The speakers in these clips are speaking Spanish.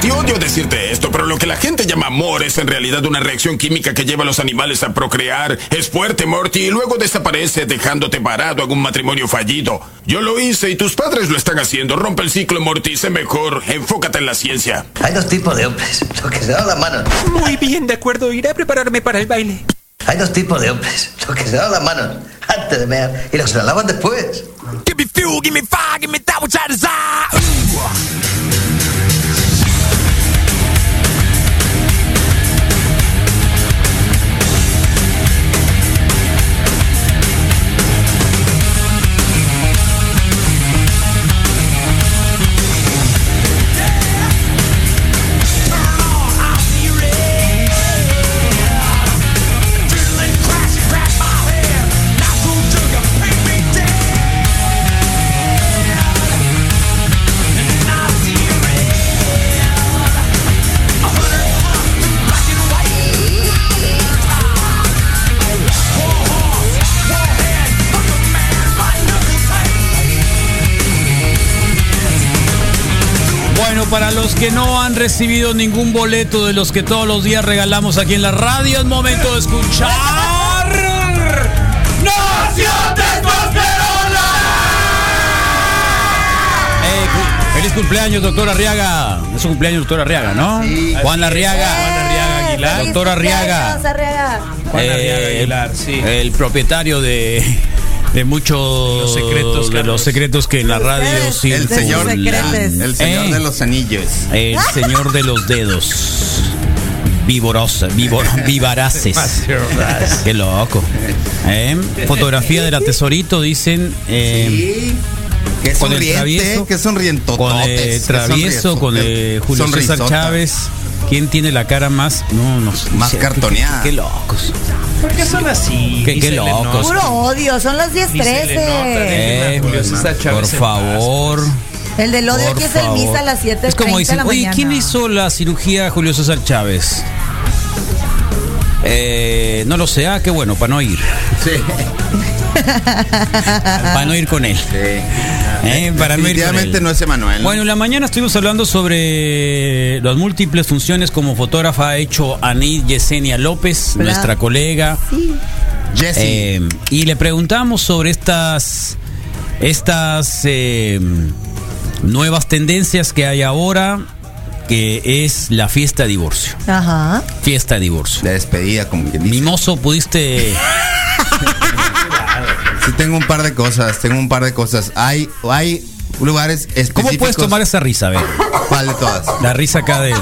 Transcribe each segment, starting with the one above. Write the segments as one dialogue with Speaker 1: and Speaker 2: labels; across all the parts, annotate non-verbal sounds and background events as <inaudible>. Speaker 1: extraño decirte esto, pero lo que la gente llama amor es en realidad una reacción química que lleva a los animales a procrear. Es fuerte, Morty, y luego desaparece dejándote parado en un matrimonio fallido. Yo lo hice y tus padres lo están haciendo. Rompe el ciclo, Morty, sé mejor. Enfócate en la ciencia.
Speaker 2: Hay dos tipos de hombres, los que se dan la mano.
Speaker 3: Muy bien, de acuerdo. Iré a prepararme para el baile.
Speaker 2: Hay dos tipos de hombres, los que se dan la mano antes de mear y los que se la lavan después.
Speaker 4: Give me fuel, give me fire, give me that which I desire.
Speaker 5: Bueno, para los que no han recibido ningún boleto de los que todos los días regalamos aquí en la radio, es momento de escuchar. ¡Nación Testosterona! Eh, Feliz cumpleaños, doctora Arriaga. Es su cumpleaños, doctora Arriaga, ¿no? Juan Ah, Arriaga.
Speaker 6: Eh, Feliz
Speaker 5: Doctor Arriaga.
Speaker 6: cumpleaños, Arriaga.
Speaker 3: Juan Arriaga
Speaker 5: Eh,
Speaker 3: Aguilar, sí.
Speaker 5: El propietario de, de muchos
Speaker 3: Los secretos,
Speaker 5: de los
Speaker 3: Carlos.
Speaker 5: secretos que en la radio
Speaker 6: Ustedes,
Speaker 5: sí.
Speaker 7: El
Speaker 6: De
Speaker 7: señor,
Speaker 6: sus secretes.
Speaker 7: el señor
Speaker 5: Eh.
Speaker 7: de los anillos.
Speaker 5: El señor de los dedos. Vivorosa,
Speaker 3: <laughs>
Speaker 5: vivor, vivaraces. Qué loco. ¿Eh? Fotografía de la tesorito, dicen. eh,
Speaker 7: Sí. Qué
Speaker 5: Con el
Speaker 7: sonriente,
Speaker 5: travieso,
Speaker 7: qué sonrientototes,
Speaker 5: Con
Speaker 7: qué
Speaker 5: el travieso,
Speaker 7: sonrieso,
Speaker 5: con
Speaker 7: qué
Speaker 5: el Julio César
Speaker 7: sonrisota.
Speaker 5: Chávez. ¿Quién tiene la cara más? No, no sé,
Speaker 7: Más
Speaker 5: qué-
Speaker 7: cartoneada.
Speaker 5: Qué, qué locos.
Speaker 3: ¿Por qué son así?
Speaker 5: Qué- qué
Speaker 3: Ni se le
Speaker 5: locos.
Speaker 3: nota.
Speaker 6: Puro odio, son las
Speaker 3: Ni se le nota,
Speaker 6: 10.13.
Speaker 3: déjenla,
Speaker 5: Eh,
Speaker 3: Julio César
Speaker 5: Por
Speaker 3: Chávez en paz,
Speaker 5: favor.
Speaker 6: El del odio
Speaker 5: Por
Speaker 6: aquí es el
Speaker 5: favor.
Speaker 6: misa a las 7.30
Speaker 5: Es como dicen,
Speaker 6: de la
Speaker 5: oye,
Speaker 6: mañana.
Speaker 5: ¿quién hizo la cirugía a Julio César Chávez? Eh, no lo sé, ah, qué bueno, para no ir. para no ir con él. Eh, para no ir con
Speaker 7: Definitivamente
Speaker 5: él.
Speaker 7: no es Emanuel.
Speaker 5: Bueno, en la mañana estuvimos hablando sobre las múltiples funciones como fotógrafa ha hecho Anid Yesenia López,
Speaker 6: Bla-
Speaker 5: nuestra colega.
Speaker 7: Jesse.
Speaker 5: Eh, y le preguntamos sobre estas estas eh, nuevas tendencias que hay ahora, que es la fiesta de divorcio.
Speaker 6: Ajá.
Speaker 5: Fiesta de divorcio.
Speaker 7: de despedida, como quien dice.
Speaker 5: Mimoso, pudiste.
Speaker 7: Sí, tengo un par de cosas, tengo un par de cosas. Hay, hay lugares específicos.
Speaker 5: ¿Cómo puedes tomar esa risa, a ver?
Speaker 7: ¿Cuál de todas?
Speaker 5: La risa acá de.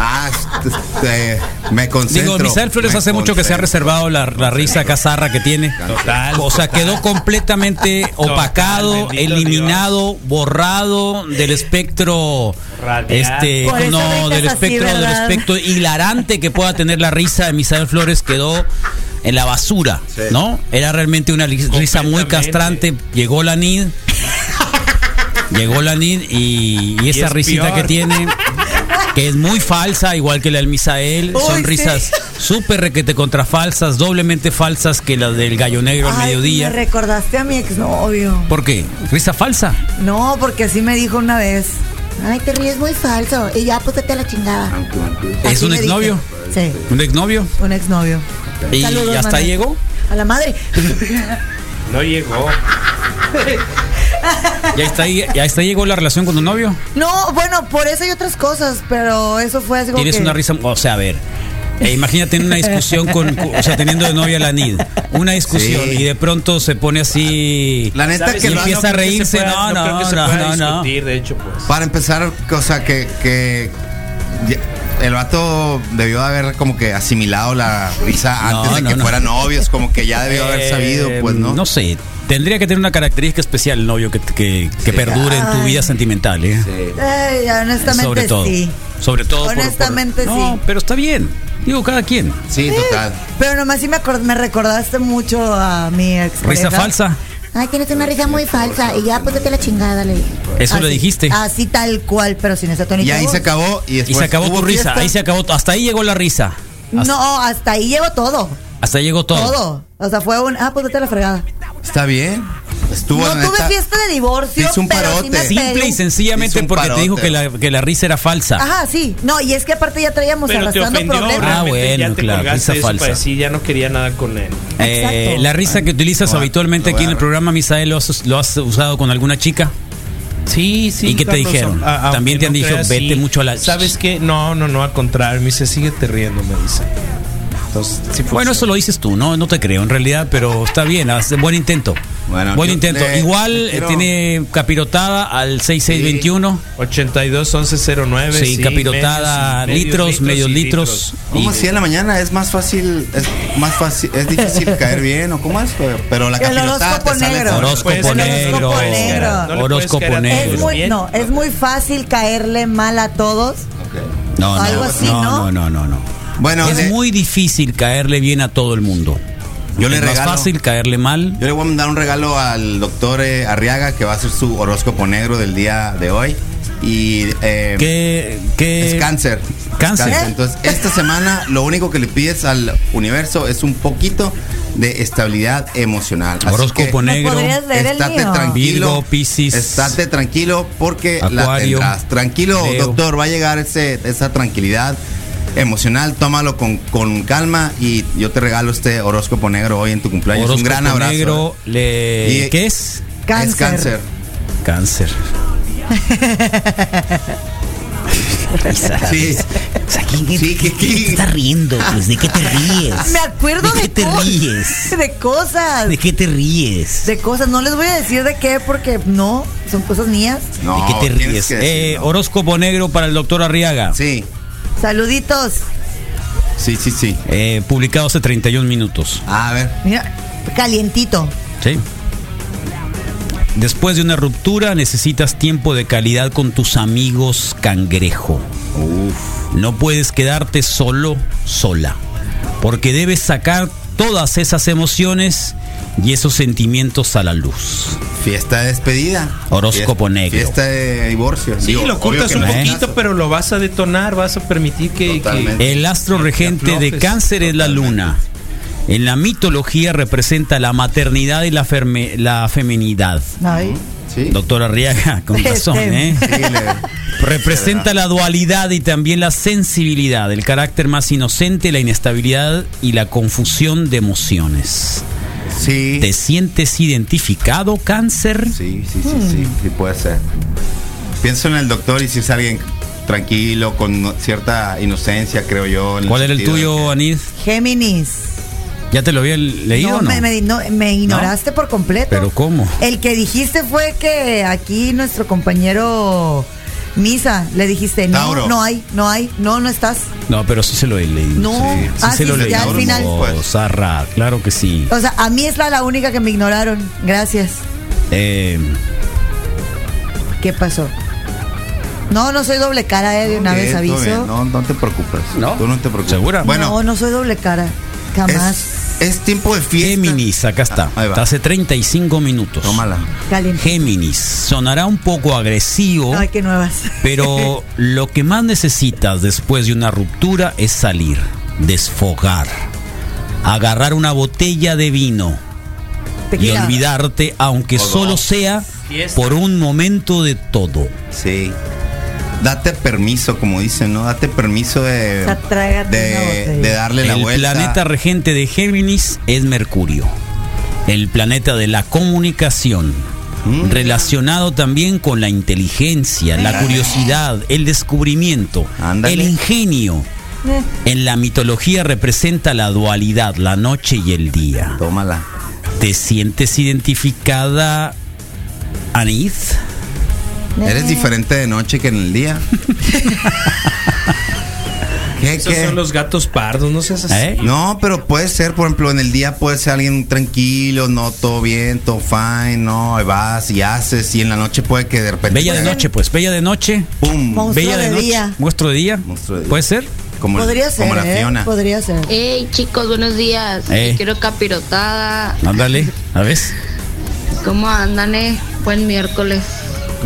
Speaker 7: Ah, este, me concentro.
Speaker 5: Digo, Misael Flores
Speaker 7: me
Speaker 5: hace mucho que se ha
Speaker 7: concentro.
Speaker 5: reservado la, la risa cazarra que tiene.
Speaker 3: Total,
Speaker 5: O sea, quedó completamente opacado,
Speaker 3: bendito
Speaker 5: eliminado, borrado del espectro.
Speaker 3: Radial.
Speaker 5: Este,
Speaker 6: Por eso
Speaker 5: no,
Speaker 6: ahorita
Speaker 5: del
Speaker 6: es así,
Speaker 5: espectro, del
Speaker 6: ¿verdad?
Speaker 5: espectro hilarante que pueda tener la risa de Misael Flores quedó en la basura, ¿no? Era realmente una li- risa muy
Speaker 3: Completamente.
Speaker 5: castrante. Llegó la NID. Llegó la NID y, y esa
Speaker 3: es
Speaker 5: risita
Speaker 3: peor.
Speaker 5: que tiene, que es muy falsa, igual que la del Misael,
Speaker 6: Uy,
Speaker 5: son
Speaker 6: sí.
Speaker 5: risas súper requete contra falsas, doblemente falsas que las del gallo negro al
Speaker 6: Ay,
Speaker 5: mediodía.
Speaker 6: Me recordaste a mi exnovio.
Speaker 5: ¿Por qué? ¿Risa falsa?
Speaker 6: No, porque así me dijo una vez. Ay, te ríes muy falso. Y ya, pues vete a la chingada.
Speaker 5: ¿Es
Speaker 6: Así
Speaker 5: un
Speaker 6: me dijo.
Speaker 5: exnovio?
Speaker 6: Sí,
Speaker 5: ¿Un exnovio?
Speaker 6: un exnovio.
Speaker 5: ¿Y
Speaker 6: Saludos,
Speaker 5: hasta
Speaker 6: Manuel.
Speaker 5: ahí llegó?
Speaker 6: A la madre.
Speaker 3: No llegó.
Speaker 5: ¿Y hasta ahí, y hasta ahí llegó la relación con tu novio?
Speaker 6: No, bueno, por eso hay otras cosas, pero eso fue así como
Speaker 5: Tienes
Speaker 6: que-
Speaker 5: una risa, o sea, a ver. eh, imagínate en una discusión con, o sea, teniendo de novia a la NID, una discusión
Speaker 7: Sí.
Speaker 5: y de pronto se pone así
Speaker 7: La neta
Speaker 3: ¿Sabes?
Speaker 7: que
Speaker 5: y
Speaker 7: lo-
Speaker 5: empieza a
Speaker 3: creo que se
Speaker 5: reírse,
Speaker 3: pueda-
Speaker 5: no,
Speaker 3: creo
Speaker 5: no,
Speaker 3: que
Speaker 5: no,
Speaker 3: se pueda
Speaker 5: no, no.
Speaker 3: discutir, de hecho, pues.
Speaker 7: Para empezar, cosa que, que ya- el vato debió haber como que asimilado la risa
Speaker 5: No,
Speaker 7: antes de
Speaker 5: no,
Speaker 7: que
Speaker 5: no.
Speaker 7: fueran novios, como que ya debió haber sabido,
Speaker 5: Eh,
Speaker 7: pues, ¿no?
Speaker 5: No sé. Tendría que tener una característica especial el novio que, que- que perdure en tu
Speaker 6: Ay.
Speaker 5: vida sentimental, ¿eh?
Speaker 6: Ay, honestamente
Speaker 5: Sobre todo.
Speaker 6: sí.
Speaker 5: Sobre todo. por- por-
Speaker 6: Honestamente,
Speaker 5: No,
Speaker 6: sí.
Speaker 5: pero está bien. Digo, cada quien.
Speaker 7: Sí, total.
Speaker 6: Pero nomás sí me, acor- me recordaste mucho a mi ex.
Speaker 5: Risa falsa.
Speaker 8: Ay, tienes una risa muy falsa. Y ya, póntete la chingada, le dije.
Speaker 5: Eso
Speaker 6: Así-
Speaker 5: le dijiste.
Speaker 6: Así tal cual, pero sin ese tonito.
Speaker 7: Y
Speaker 6: de
Speaker 7: ahí
Speaker 6: voz.
Speaker 7: se acabó y
Speaker 5: y
Speaker 7: después
Speaker 5: se acabó
Speaker 7: Pues, hubo
Speaker 5: tu risa.
Speaker 7: fiesta.
Speaker 5: Ahí se acabó. Hasta ahí llegó la risa. Hasta,
Speaker 6: No, hasta ahí llevo todo.
Speaker 5: hasta ahí llegó todo.
Speaker 6: Todo. O sea, fue un. Ah, pues vete a la fregada.
Speaker 7: Está bien. estuvo
Speaker 6: no
Speaker 7: la
Speaker 6: tuve
Speaker 7: neta-
Speaker 6: fiesta de divorcio,
Speaker 7: hizo un
Speaker 6: pero sí me
Speaker 7: parote.
Speaker 6: peló.
Speaker 5: Simple y
Speaker 7: Es
Speaker 5: sencillamente
Speaker 7: un
Speaker 5: porque te dijo
Speaker 7: parote.
Speaker 5: que la, que la risa era falsa.
Speaker 6: Ajá, sí. No, y es que aparte ya traíamos
Speaker 3: Pero te
Speaker 6: arrastrando
Speaker 3: ofendió,
Speaker 6: problemas.
Speaker 5: Ah,
Speaker 3: realmente ya
Speaker 5: bueno,
Speaker 3: te
Speaker 5: claro,
Speaker 3: colgaste
Speaker 5: risa
Speaker 3: de eso
Speaker 5: falsa.
Speaker 3: para decir, ya no quería nada con él.
Speaker 5: Eh,
Speaker 6: Exacto.
Speaker 5: la risa que utilizas
Speaker 7: Lo voy a-
Speaker 5: habitualmente
Speaker 7: lo
Speaker 5: aquí
Speaker 7: voy
Speaker 5: en
Speaker 7: a
Speaker 5: el
Speaker 7: re-
Speaker 5: programa, Misael, ¿lo has, lo has usado con alguna chica?
Speaker 3: Sí, sí.
Speaker 5: ¿Y qué te
Speaker 3: Carlos,
Speaker 5: dijeron?
Speaker 3: a- aunque
Speaker 5: También te han dicho,
Speaker 3: creas,
Speaker 5: "Vete mucho a la-"
Speaker 3: ¿Sabes qué? No, no, no, al contrario. Me dice, síguete riendo, me dice. Entonces, sí
Speaker 5: Bueno,
Speaker 3: funciona.
Speaker 5: eso lo dices tú, no, no te creo en realidad, pero está bien, hace- buen intento.
Speaker 7: Bueno,
Speaker 5: buen
Speaker 7: yo
Speaker 5: intento.
Speaker 7: le-
Speaker 5: Igual
Speaker 7: le
Speaker 5: eh,
Speaker 7: quiero-
Speaker 5: tiene capirotada al 6621.
Speaker 3: 82 1109
Speaker 5: Sí, capirotada,
Speaker 3: medios,
Speaker 5: litros, medios
Speaker 3: y
Speaker 5: litros.
Speaker 7: ¿Cómo así en la mañana? Es más fácil, es más fácil,
Speaker 5: <laughs>
Speaker 7: es difícil caer bien o cómo es, pero la
Speaker 6: El
Speaker 7: capirotada
Speaker 6: horóscopo
Speaker 7: te sale
Speaker 6: negro.
Speaker 7: sabrosa.
Speaker 5: Horóscopo
Speaker 3: puedes
Speaker 6: caer,
Speaker 5: negro.
Speaker 6: no le puedes caer a-
Speaker 3: no le
Speaker 5: Horóscopo
Speaker 3: puedes caer a
Speaker 5: negro.
Speaker 6: Es
Speaker 3: todos.
Speaker 6: muy,
Speaker 3: Bien.
Speaker 6: no, es muy fácil caerle mal a todos.
Speaker 5: No, no,
Speaker 6: Algo así,
Speaker 5: no,
Speaker 6: ¿no?
Speaker 5: no, no, no.
Speaker 7: Bueno,
Speaker 5: es
Speaker 7: le-
Speaker 5: muy difícil caerle bien a todo el mundo.
Speaker 7: Yo le
Speaker 5: es
Speaker 7: regalo-
Speaker 5: más fácil caerle mal.
Speaker 7: Yo le voy a mandar un regalo al doctor eh, Arriaga que va a hacer su horóscopo negro del día de hoy. Y eh,
Speaker 5: ¿Qué, qué-
Speaker 7: es cáncer.
Speaker 5: Cáncer.
Speaker 7: Entonces, esta semana lo único que le pides al universo es un poquito de estabilidad emocional. Así
Speaker 5: Horóscopo
Speaker 7: que
Speaker 6: ¿Me
Speaker 5: negro.
Speaker 6: podrías leer el
Speaker 7: Estate
Speaker 6: mío?
Speaker 7: tranquilo.
Speaker 5: Virgo, Piscis,
Speaker 7: Estate tranquilo porque la
Speaker 5: Acuario,
Speaker 7: tendrás. Tranquilo,
Speaker 5: Leo.
Speaker 7: doctor. Va a llegar ese, esa tranquilidad emocional. Tómalo con, con calma y yo te regalo este horóscopo negro hoy en tu cumpleaños.
Speaker 5: Horóscopo
Speaker 7: Un gran abrazo. ¿eh?
Speaker 5: negro, le-
Speaker 7: Y-
Speaker 5: ¿Qué es?
Speaker 7: Es cáncer.
Speaker 5: Cáncer. <laughs>
Speaker 7: Sí. Sí, que- que-
Speaker 5: riendo? Pues? ¿De
Speaker 7: <laughs>
Speaker 5: qué te ríes?
Speaker 6: Me acuerdo de, cosas- <laughs> De cosas.
Speaker 5: qué te ríes?
Speaker 6: De cosas. No les voy a decir de qué porque no, son cosas mías.
Speaker 7: No,
Speaker 5: ¿De qué te
Speaker 7: tienes
Speaker 5: ríes?
Speaker 7: que decirlo.
Speaker 5: Eh, oh. horóscopo negro para el doctor Arriaga.
Speaker 7: Sí,
Speaker 6: Saluditos.
Speaker 7: sí, sí, sí.
Speaker 5: Eh, publicado hace 31 minutos.
Speaker 7: A ver.
Speaker 6: Mira, calientito.
Speaker 5: Sí. Después de una ruptura necesitas tiempo de calidad con tus amigos cangrejo. No puedes quedarte solo, sola, porque debes sacar todas esas emociones y esos sentimientos a la luz.
Speaker 7: Fiesta de despedida.
Speaker 5: Horóscopo
Speaker 7: Fiesta-
Speaker 5: negro.
Speaker 7: Fiesta de divorcio.
Speaker 3: Sí,
Speaker 7: Digo,
Speaker 3: lo
Speaker 7: obvio
Speaker 3: ocultas
Speaker 7: que
Speaker 3: un
Speaker 7: no es
Speaker 3: poquito,
Speaker 7: caso.
Speaker 3: pero lo vas a detonar, vas a permitir que...
Speaker 7: Totalmente.
Speaker 5: El astro regente de
Speaker 3: aflojes.
Speaker 5: cáncer es la luna. En la mitología representa la maternidad y la, ferme- la feminidad.
Speaker 6: Ay.
Speaker 7: Sí.
Speaker 5: Doctora Arriaga, con razón,
Speaker 6: Este. <laughs>
Speaker 5: ¿eh?
Speaker 7: Sí, le-
Speaker 5: Representa la dualidad y también la sensibilidad, el carácter más inocente, la inestabilidad y la confusión de emociones.
Speaker 7: Sí.
Speaker 5: <laughs> ¿Te sientes identificado, cáncer?
Speaker 7: Sí, sí, sí, sí,
Speaker 5: Mm.
Speaker 7: sí puede ser. Pienso en el doctor y si es alguien tranquilo, con no- cierta inocencia, creo yo. en
Speaker 5: ¿Cuál era el
Speaker 7: sentido de
Speaker 5: tuyo,
Speaker 7: que-
Speaker 5: Anid?
Speaker 6: Géminis.
Speaker 5: ¿Ya te lo había leído o no?
Speaker 6: Me, me- no, me ignoraste por completo.
Speaker 5: ¿Pero cómo?
Speaker 6: El que dijiste fue que aquí nuestro compañero Misa le dijiste, no,
Speaker 7: Tauro.
Speaker 6: no hay, no hay, no, no estás.
Speaker 5: No, pero sí se lo he leído.
Speaker 6: No.
Speaker 5: sí,
Speaker 6: Ah,
Speaker 5: se
Speaker 6: sí,
Speaker 5: lo
Speaker 6: sí,
Speaker 5: leí.
Speaker 6: ya al final.
Speaker 5: Oh, Zarra, claro que sí.
Speaker 6: O sea, a mí es la, la única que me ignoraron. Gracias.
Speaker 5: Eh,
Speaker 6: ¿Qué pasó? No, no soy doble cara, eh, de una
Speaker 7: Ok,
Speaker 6: vez
Speaker 7: todo
Speaker 6: aviso.
Speaker 7: bien, No, no te preocupes.
Speaker 5: No.
Speaker 7: Tú no te preocupes.
Speaker 5: ¿Segura?
Speaker 6: no,
Speaker 7: Bueno,
Speaker 6: no soy doble cara. Jamás.
Speaker 7: es, es tiempo de fiesta.
Speaker 5: Géminis, acá está.
Speaker 7: Ah, ahí va.
Speaker 5: Está hace 35 minutos.
Speaker 7: Tómala.
Speaker 6: Caliente.
Speaker 5: Géminis, sonará un poco agresivo.
Speaker 6: Ay, qué nuevas. <laughs>
Speaker 5: Pero lo que más necesitas después de una ruptura es salir, desfogar, agarrar una botella de vino y
Speaker 6: Tequila.
Speaker 5: olvidarte, aunque
Speaker 7: O dos.
Speaker 5: solo sea por un momento de todo.
Speaker 7: Sí. Date permiso, como dicen, ¿no? Date permiso de,
Speaker 6: O sea, trágate una
Speaker 7: de,
Speaker 6: botella.
Speaker 7: de darle la
Speaker 5: El
Speaker 7: vuelta.
Speaker 5: planeta regente de Géminis es Mercurio, el planeta de la comunicación.
Speaker 7: Mm.
Speaker 5: Relacionado también con la inteligencia, la
Speaker 7: Ándale.
Speaker 5: curiosidad, el descubrimiento,
Speaker 7: Ándale.
Speaker 5: el ingenio,
Speaker 6: Eh,
Speaker 5: En la mitología representa la dualidad, la noche y el día.
Speaker 7: Tómala.
Speaker 5: ¿Te sientes identificada, Anís?
Speaker 7: Eres diferente de noche que en
Speaker 6: <laughs>
Speaker 7: el día. ¿Qué,
Speaker 3: Esos
Speaker 7: qué?
Speaker 3: son los gatos pardos, no
Speaker 7: Pues
Speaker 3: seas así.
Speaker 5: ¿Eh?
Speaker 7: No, pero puede ser, por ejemplo, en el día puede ser alguien tranquilo, no todo bien, todo fine, no, ahí vas y haces, y en la noche puede que de repente.
Speaker 5: Bella de noche, pues. Bella de noche.
Speaker 7: ¡Pum!
Speaker 6: Monstruo
Speaker 5: Bella de
Speaker 6: de
Speaker 5: noche.
Speaker 6: día.
Speaker 5: Muestro de día.
Speaker 7: Monstruo de día.
Speaker 5: ¿Puede ser?
Speaker 7: Como,
Speaker 6: Podría ser,
Speaker 7: como la
Speaker 6: eh,
Speaker 7: Fiona.
Speaker 6: Podría ser.
Speaker 9: Hey chicos, buenos días.
Speaker 5: Eh.
Speaker 9: Quiero capirotada.
Speaker 7: Ah.
Speaker 5: Ándale, a ver.
Speaker 9: ¿Cómo andan, eh? Buen miércoles.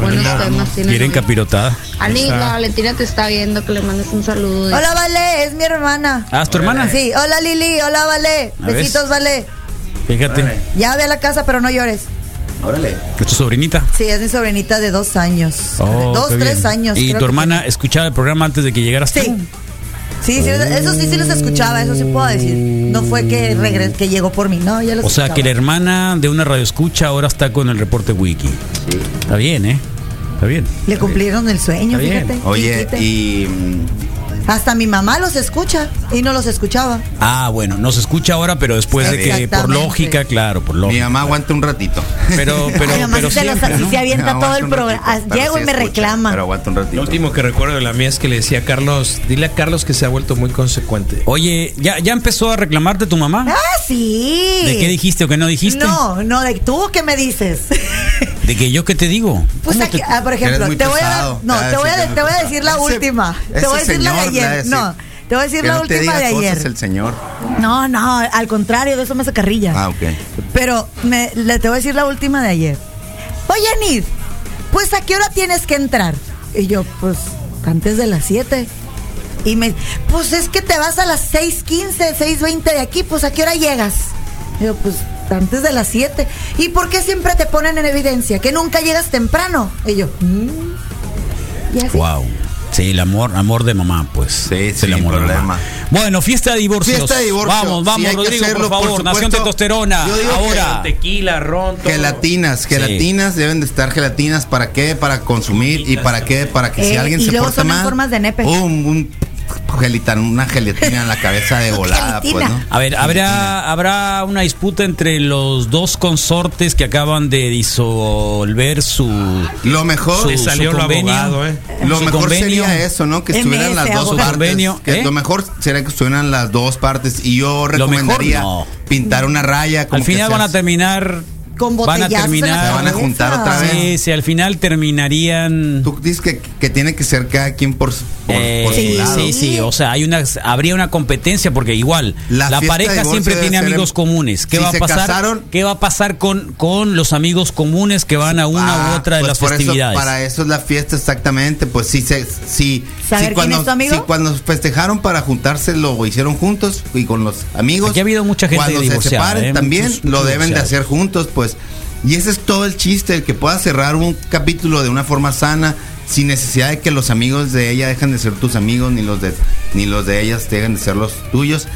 Speaker 9: Buenos temas tienen
Speaker 5: Quieren
Speaker 9: hoy.
Speaker 5: capirotada.
Speaker 9: Ani, la Valentina te está viendo, que le mandes un saludo. Dice.
Speaker 6: Hola, Vale, es mi hermana.
Speaker 5: Ah, ¿es tu hermana?
Speaker 6: Sí, hola Lili, hola Vale.
Speaker 5: A ver.
Speaker 6: Besitos, Vale.
Speaker 5: Fíjate.
Speaker 6: Ya ve a la casa, pero no llores.
Speaker 7: Órale.
Speaker 5: ¿Es tu sobrinita?
Speaker 6: Sí, es mi sobrinita de dos años.
Speaker 5: Oh,
Speaker 6: dos,
Speaker 5: qué
Speaker 6: tres
Speaker 5: bien.
Speaker 6: años.
Speaker 5: ¿Y
Speaker 6: creo
Speaker 5: tu
Speaker 6: que-
Speaker 5: hermana escuchaba el programa antes de que llegaras
Speaker 6: Sí.
Speaker 5: tú?
Speaker 6: Sí, sí,
Speaker 5: Oh.
Speaker 6: eso sí, sí los escuchaba, eso sí puedo decir. No fue que regre- que llegó por mí, no, ya los
Speaker 5: O sea, que la
Speaker 6: escuchaba.
Speaker 5: hermana de una radioescucha ahora está con el reporte wiki. Está bien, ¿eh? Está bien.
Speaker 6: le cumplieron el
Speaker 5: Está
Speaker 6: sueño,
Speaker 5: bien.
Speaker 6: fíjate.
Speaker 7: Oye,
Speaker 6: chiquita.
Speaker 7: y. mm,
Speaker 6: hasta mi mamá los escucha y no los escuchaba.
Speaker 5: Ah, bueno, no se escucha ahora, pero después de que, por
Speaker 6: Exactamente.
Speaker 5: lógica, claro, por
Speaker 7: Mi
Speaker 5: lógica.
Speaker 7: mamá aguanta un ratito.
Speaker 6: <laughs>
Speaker 5: Pero, pero,
Speaker 8: Ay, mamá,
Speaker 5: pero
Speaker 8: si se, los-
Speaker 5: siempre,
Speaker 8: si
Speaker 5: ¿no?
Speaker 8: se avienta
Speaker 7: Aguanta
Speaker 8: todo el
Speaker 7: un
Speaker 8: programa.
Speaker 7: ratito, pero
Speaker 8: Llego
Speaker 7: sí
Speaker 8: y me
Speaker 7: escucha,
Speaker 8: reclama.
Speaker 7: Pero aguanta un ratito.
Speaker 3: Lo último que recuerdo de la mía es que le decía a Carlos, dile a Carlos que se ha vuelto muy consecuente.
Speaker 5: Oye, ¿ya, ¿ya empezó a reclamarte tu mamá?
Speaker 6: Ah, sí.
Speaker 5: ¿De qué dijiste o qué no dijiste?
Speaker 6: No, no, de tú que me
Speaker 7: <laughs>
Speaker 6: dices.
Speaker 5: ¿De que yo qué te digo?
Speaker 6: Pues
Speaker 5: ¿Cómo
Speaker 6: aquí,
Speaker 5: te-
Speaker 6: ah, por ejemplo,
Speaker 7: Eres muy
Speaker 6: te voy a
Speaker 7: pesado.
Speaker 6: dar- no,
Speaker 7: Ah,
Speaker 6: te voy a,
Speaker 7: sí, eres muy
Speaker 6: te voy a
Speaker 7: pesado.
Speaker 6: decir la
Speaker 7: Ese-
Speaker 6: última. te
Speaker 7: ese
Speaker 6: voy a decir la de
Speaker 7: señor, va a
Speaker 6: ayer.
Speaker 7: decir,
Speaker 6: No, te voy a decir
Speaker 7: que
Speaker 6: la
Speaker 7: no te
Speaker 6: última
Speaker 7: diga
Speaker 6: de
Speaker 7: cosas
Speaker 6: ayer.
Speaker 7: el señor.
Speaker 8: No, no, al contrario, de eso me hace carrilla.
Speaker 7: Ah, ok.
Speaker 6: Pero me, le te voy a decir la última de ayer. Oye, Nid, pues a qué hora tienes que entrar? Y yo, pues antes de las 7. Y me, pues es que te vas a las 6:15, 6:20 de aquí, pues a qué hora llegas? Y yo, pues antes de las 7. ¿Y por qué siempre te ponen en evidencia que nunca llegas temprano? Y yo, "Mm". Y así.
Speaker 5: Wow. Sí, el amor, amor de mamá, pues.
Speaker 7: Sí,
Speaker 5: Es
Speaker 7: sí,
Speaker 5: el amor de
Speaker 7: problema.
Speaker 5: mamá. Bueno, fiesta de divorcios.
Speaker 7: Fiesta de divorcios.
Speaker 5: Vamos, vamos,
Speaker 7: Sí, hay que
Speaker 5: Rodrigo,
Speaker 7: hacerlo,
Speaker 5: por
Speaker 7: por
Speaker 5: favor. Nación
Speaker 7: supuesto.
Speaker 5: Testosterona.
Speaker 7: Yo digo que-
Speaker 5: Ahora.
Speaker 3: Ah. Tequila, ron, todo.
Speaker 7: Gelatinas, gelatinas deben de estar gelatinas. ¿Para qué? Para consumir y para qué? Para que si
Speaker 6: Eh,
Speaker 7: alguien
Speaker 6: y
Speaker 7: se
Speaker 6: luego
Speaker 7: porta
Speaker 6: son en
Speaker 7: mal.
Speaker 6: formas de nepe.
Speaker 7: Un, un gelitan- una gelatina en la
Speaker 6: <laughs>
Speaker 7: cabeza de volada, pues, ¿no?
Speaker 8: Gelatina.
Speaker 5: A ver, ¿habrá, habrá una disputa entre los dos consortes que acaban de disolver su.
Speaker 7: Lo mejor.
Speaker 5: su-
Speaker 3: Le salió
Speaker 5: su
Speaker 3: lo
Speaker 5: convenio.
Speaker 3: abogado, ¿eh?
Speaker 7: Lo
Speaker 5: su
Speaker 7: mejor
Speaker 5: convenio.
Speaker 7: sería eso, ¿no? Que
Speaker 6: MS,
Speaker 7: estuvieran las dos
Speaker 6: abogado.
Speaker 7: partes.
Speaker 5: Convenio,
Speaker 7: que
Speaker 5: ¿eh?
Speaker 7: Lo mejor sería que estuvieran las dos partes. Y yo
Speaker 5: Lo mejor,
Speaker 7: recomendaría
Speaker 5: no.
Speaker 7: pintar una raya. Como
Speaker 5: Al final
Speaker 7: que
Speaker 5: van a
Speaker 7: seas-
Speaker 5: terminar.
Speaker 6: Con
Speaker 5: van a
Speaker 6: botellazos en la
Speaker 5: terminar.
Speaker 7: Se van a ¿eh?
Speaker 6: cabeza.
Speaker 7: juntar otra vez.
Speaker 5: Sí, sí, al final terminarían.
Speaker 7: Tú dices que, que tiene que ser cada quien por, su- por,
Speaker 5: Eh,
Speaker 7: por su
Speaker 5: sí,
Speaker 7: lado.
Speaker 5: sí, sí, o sea, hay una, habría una competencia porque igual la,
Speaker 7: La fiesta de
Speaker 5: pareja
Speaker 7: divorcio
Speaker 5: siempre
Speaker 7: debe
Speaker 5: tiene
Speaker 7: ser
Speaker 5: amigos
Speaker 7: en-
Speaker 5: comunes. ¿Qué
Speaker 7: Si
Speaker 5: va a
Speaker 7: se
Speaker 5: pasar?
Speaker 7: casaron-
Speaker 5: ¿Qué va a pasar con, con los amigos comunes que van a una
Speaker 7: Ah,
Speaker 5: u otra de
Speaker 7: pues
Speaker 5: las
Speaker 7: por eso-
Speaker 5: festividades?
Speaker 7: para eso es la fiesta, exactamente. Pues sí, se, sí,
Speaker 6: ¿Saber
Speaker 7: sí,
Speaker 6: quién es tu amigo?
Speaker 7: sí, cuando festejaron para juntarse lo hicieron juntos y con los amigos.
Speaker 5: Aquí ha habido mucha gente
Speaker 7: Cuando se
Speaker 5: divorciada,
Speaker 7: separen
Speaker 5: ¿eh?
Speaker 7: también
Speaker 5: Muchos
Speaker 7: lo deben de
Speaker 5: divorciados.
Speaker 7: hacer juntos, pues. Y ese es todo el chiste, el que pueda cerrar un capítulo de una forma sana, sin necesidad de que los amigos de ella dejen de ser tus amigos, ni los de, ni los de ellas dejen de ser los tuyos.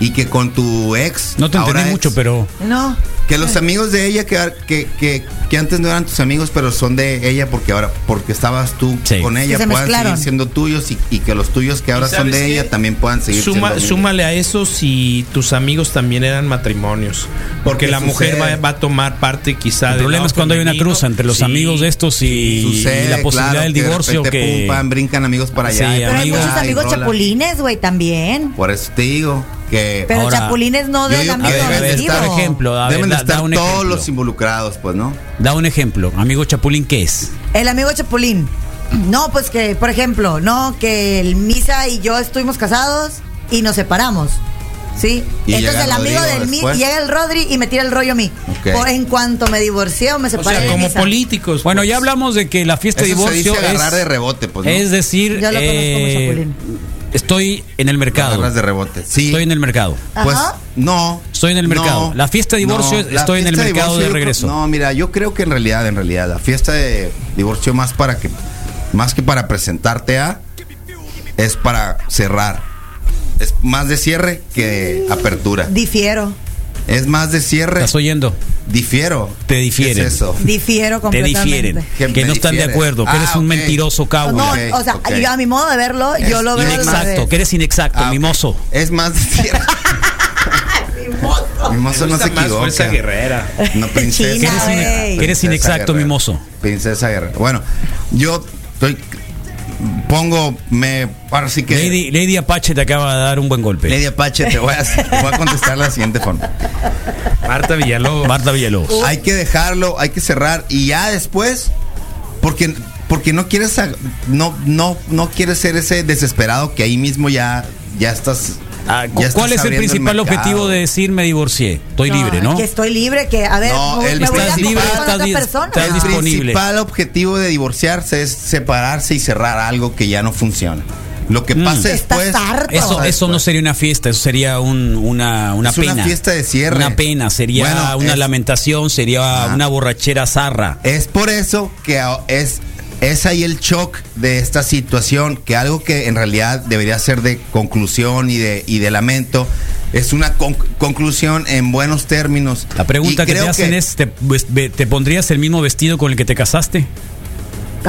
Speaker 7: Y que con tu ex.
Speaker 5: no te
Speaker 7: ahora
Speaker 5: entendí
Speaker 7: ex,
Speaker 5: mucho, pero
Speaker 6: No.
Speaker 7: que los amigos de ella que, que, que, que antes no eran tus amigos, pero son de ella porque ahora, porque estabas tú
Speaker 5: Sí.
Speaker 7: con
Speaker 6: Que
Speaker 7: ella,
Speaker 6: se
Speaker 7: puedan
Speaker 6: mezclaron.
Speaker 7: seguir siendo tuyos y, y que los tuyos que ahora
Speaker 3: ¿Y
Speaker 7: son de
Speaker 3: sabes qué?
Speaker 7: ella también puedan seguir
Speaker 3: Suma-
Speaker 7: siendo. amigos.
Speaker 3: súmale a eso si tus amigos también eran matrimonios. Porque
Speaker 7: Porque
Speaker 3: la mujer va,
Speaker 7: sucede.
Speaker 3: va a tomar parte quizá
Speaker 5: el
Speaker 3: del
Speaker 5: problema
Speaker 3: lado
Speaker 5: es cuando hay una
Speaker 3: femenino.
Speaker 5: cruz entre los
Speaker 3: Sí.
Speaker 5: amigos de este. estos y, y la
Speaker 7: Sucede,
Speaker 5: posibilidad
Speaker 7: claro,
Speaker 5: del
Speaker 7: que de
Speaker 5: divorcio
Speaker 7: repente,
Speaker 5: que...
Speaker 7: pum, pam, brincan amigos para
Speaker 5: Sí,
Speaker 7: allá. y
Speaker 5: Pero
Speaker 8: Pero hay
Speaker 7: para
Speaker 5: amigo.
Speaker 8: muchos
Speaker 7: acá, y
Speaker 8: amigos
Speaker 7: rola.
Speaker 8: chapulines, güey, también.
Speaker 7: Por eso te digo que.
Speaker 6: Pero
Speaker 5: Ahora,
Speaker 6: chapulines no
Speaker 7: yo
Speaker 6: del
Speaker 7: digo que
Speaker 6: amigo.
Speaker 5: a ver,
Speaker 7: deben de
Speaker 6: del
Speaker 7: estar,
Speaker 6: amigo.
Speaker 5: ejemplo, a ver,
Speaker 7: deben de
Speaker 5: da- da
Speaker 7: estar
Speaker 5: un
Speaker 7: todos
Speaker 5: ejemplo.
Speaker 7: los involucrados, pues, ¿no?
Speaker 5: Da un ejemplo, amigo Chapulín, ¿qué es?
Speaker 6: El amigo Chapulín. No, pues que, por ejemplo, no, que el Misa y yo estuvimos casados y nos separamos. ¿Sí?
Speaker 7: Y
Speaker 6: Entonces
Speaker 7: llega
Speaker 6: el amigo
Speaker 7: Rodrigo
Speaker 6: del Misa
Speaker 7: después.
Speaker 6: llega el Rodri y me tira el rollo a mí.
Speaker 7: Ok.
Speaker 6: Por- en cuanto me divorcié o me
Speaker 3: O
Speaker 6: separé.
Speaker 3: sea,
Speaker 6: del
Speaker 3: como
Speaker 6: Misa.
Speaker 3: políticos.
Speaker 5: Bueno,
Speaker 3: pues.
Speaker 5: ya hablamos de que la fiesta de
Speaker 7: Eso se dice
Speaker 5: divorcio
Speaker 7: agarrar
Speaker 5: es,
Speaker 7: de rebote, pues. ¿no?
Speaker 5: es decir,
Speaker 6: Yo lo conozco
Speaker 5: eh,
Speaker 6: como Chapulín.
Speaker 5: estoy en el mercado.
Speaker 7: Agarras de rebote. Sí.
Speaker 5: Estoy en el mercado.
Speaker 7: Pues
Speaker 6: Ajá.
Speaker 7: no.
Speaker 5: Estoy en el mercado. La fiesta de divorcio,
Speaker 7: la
Speaker 5: estoy en el
Speaker 7: fiesta
Speaker 5: mercado de
Speaker 7: divorcio, yo creo-
Speaker 5: regreso.
Speaker 7: no, mira, yo creo que en realidad, en realidad, la fiesta de divorcio más para que, más que para presentarte a, es para cerrar. Es más de cierre que apertura.
Speaker 6: Difiero.
Speaker 7: Es más de cierre.
Speaker 5: ¿Estás oyendo?
Speaker 7: Difiero.
Speaker 5: Te
Speaker 7: ¿Qué
Speaker 5: difieren.
Speaker 7: Es eso.
Speaker 6: Difiero
Speaker 5: Te
Speaker 6: completamente.
Speaker 5: difieren. Ah,
Speaker 7: Que
Speaker 5: Que
Speaker 7: me
Speaker 5: no están de
Speaker 7: difieren.
Speaker 5: acuerdo. Que
Speaker 7: Ah,
Speaker 5: eres un
Speaker 7: ok.
Speaker 5: mentiroso cabo.
Speaker 6: No,
Speaker 7: Ok,
Speaker 6: o sea,
Speaker 7: ok.
Speaker 6: yo a mi modo de verlo, yo
Speaker 7: Es
Speaker 6: lo veo.
Speaker 5: Inexacto. Que eres inexacto,
Speaker 7: Ah, ok.
Speaker 5: mimoso.
Speaker 7: Es más de cierre. mimoso no
Speaker 3: Usa
Speaker 7: se
Speaker 3: más
Speaker 7: equivoca.
Speaker 3: fuerza guerrera.
Speaker 7: No, princesa.
Speaker 6: China,
Speaker 5: Que eres
Speaker 6: güey.
Speaker 5: ine- que eres inexacto,
Speaker 7: Guerrero.
Speaker 5: mimoso.
Speaker 7: Princesa Guerrero. Bueno, yo estoy. Pongo. Me. Ahora sí que.
Speaker 5: Lady, Lady Apache te acaba de dar un buen golpe.
Speaker 7: Lady Apache,
Speaker 5: <laughs>
Speaker 7: te voy, a, te voy a contestar de la siguiente forma.
Speaker 3: Marta Villalobos.
Speaker 5: Marta Villalobos.
Speaker 7: Hay que dejarlo, hay que cerrar y ya después, porque porque no quieres ag- no no no quieres ser ese desesperado que ahí mismo ya ya estás.
Speaker 5: Ah,
Speaker 7: ya
Speaker 5: ¿cu-
Speaker 7: estás
Speaker 5: ¿Cuál es el
Speaker 7: abriendo
Speaker 5: principal
Speaker 7: mercado.
Speaker 5: objetivo de decir me divorcié? Estoy libre, ¿no?
Speaker 6: Que estoy libre, que a ver, me
Speaker 7: No,
Speaker 6: voy-
Speaker 7: el
Speaker 6: me voy a
Speaker 7: principal-
Speaker 6: libre con
Speaker 5: estás
Speaker 6: otra
Speaker 5: di-
Speaker 6: persona.
Speaker 5: estás
Speaker 7: El
Speaker 5: disponible.
Speaker 7: principal objetivo de divorciarse es separarse y cerrar algo que ya no funciona. Lo que pasa
Speaker 6: Estás
Speaker 7: después.
Speaker 6: harto.
Speaker 5: Mm. Eso, eso no sería una fiesta, eso sería un- una, una
Speaker 7: Es una
Speaker 5: pena.
Speaker 7: fiesta de cierre.
Speaker 5: Una pena, sería
Speaker 7: Bueno,
Speaker 5: una
Speaker 7: es- Ah.
Speaker 5: lamentación, sería
Speaker 7: Ajá.
Speaker 5: una borrachera zarra.
Speaker 7: Es por eso que a- es, es ahí el shock de esta situación, que algo que en realidad debería ser de conclusión y de, y de lamento, es una con- conclusión en buenos términos.
Speaker 5: La pregunta
Speaker 7: Y
Speaker 5: que te
Speaker 7: creo
Speaker 5: hacen es, ¿te, ves- ve- ¿te pondrías el mismo vestido con el que te casaste?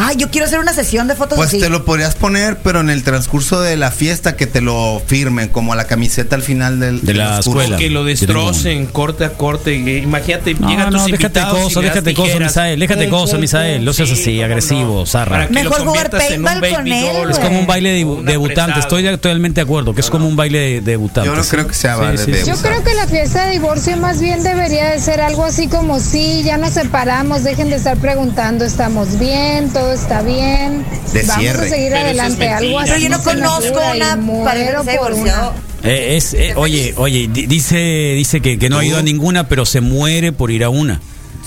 Speaker 6: Ay, yo quiero hacer una sesión de fotos
Speaker 7: Pues
Speaker 6: así.
Speaker 7: te lo podrías poner, pero en el transcurso de la fiesta que te lo firmen, como la camiseta al final del,
Speaker 5: De la
Speaker 7: los cursos.
Speaker 5: escuela.
Speaker 3: Que lo destrocen, corte a corte. y- Imagínate,
Speaker 5: No,
Speaker 3: llega
Speaker 5: no,
Speaker 3: tus
Speaker 5: déjate
Speaker 3: invitados y
Speaker 5: cosas,
Speaker 3: le das
Speaker 5: déjate cosas,
Speaker 3: tijeras.
Speaker 5: Misael, déjate
Speaker 3: Pum,
Speaker 5: cosas,
Speaker 3: pum,
Speaker 5: Misael,
Speaker 3: pum,
Speaker 5: no seas así,
Speaker 3: cómo
Speaker 5: agresivo, zarra.
Speaker 3: Para que lo
Speaker 6: Mejor jugar
Speaker 3: conviertas en un
Speaker 6: paintball con
Speaker 3: baby
Speaker 6: él,
Speaker 3: doll.
Speaker 6: güey.
Speaker 5: Es como un baile de,
Speaker 3: O un
Speaker 5: debutante,
Speaker 3: apretado.
Speaker 5: estoy totalmente de acuerdo, que es como un baile de debutante.
Speaker 7: Yo no creo que sea
Speaker 5: Sí,
Speaker 7: vale
Speaker 5: sí,
Speaker 7: de
Speaker 5: sí.
Speaker 10: Yo
Speaker 7: usar.
Speaker 10: creo que la fiesta de divorcio más bien debería de ser algo así como sí, ya nos separamos, dejen de estar preguntando, estamos bien, todo está bien,
Speaker 7: De
Speaker 10: vamos
Speaker 7: cierre.
Speaker 10: a seguir
Speaker 3: Pero eso es
Speaker 10: adelante, algo
Speaker 3: mentira.
Speaker 10: así.
Speaker 6: Pero yo no
Speaker 10: se me
Speaker 6: conozco
Speaker 10: figura y
Speaker 6: una pareja
Speaker 10: muero
Speaker 6: que se
Speaker 10: por
Speaker 6: divorció.
Speaker 10: una.
Speaker 5: Eh, es, eh, oye, oye, di- dice, dice que, que no ha ido a ninguna, pero se muere por ir a una.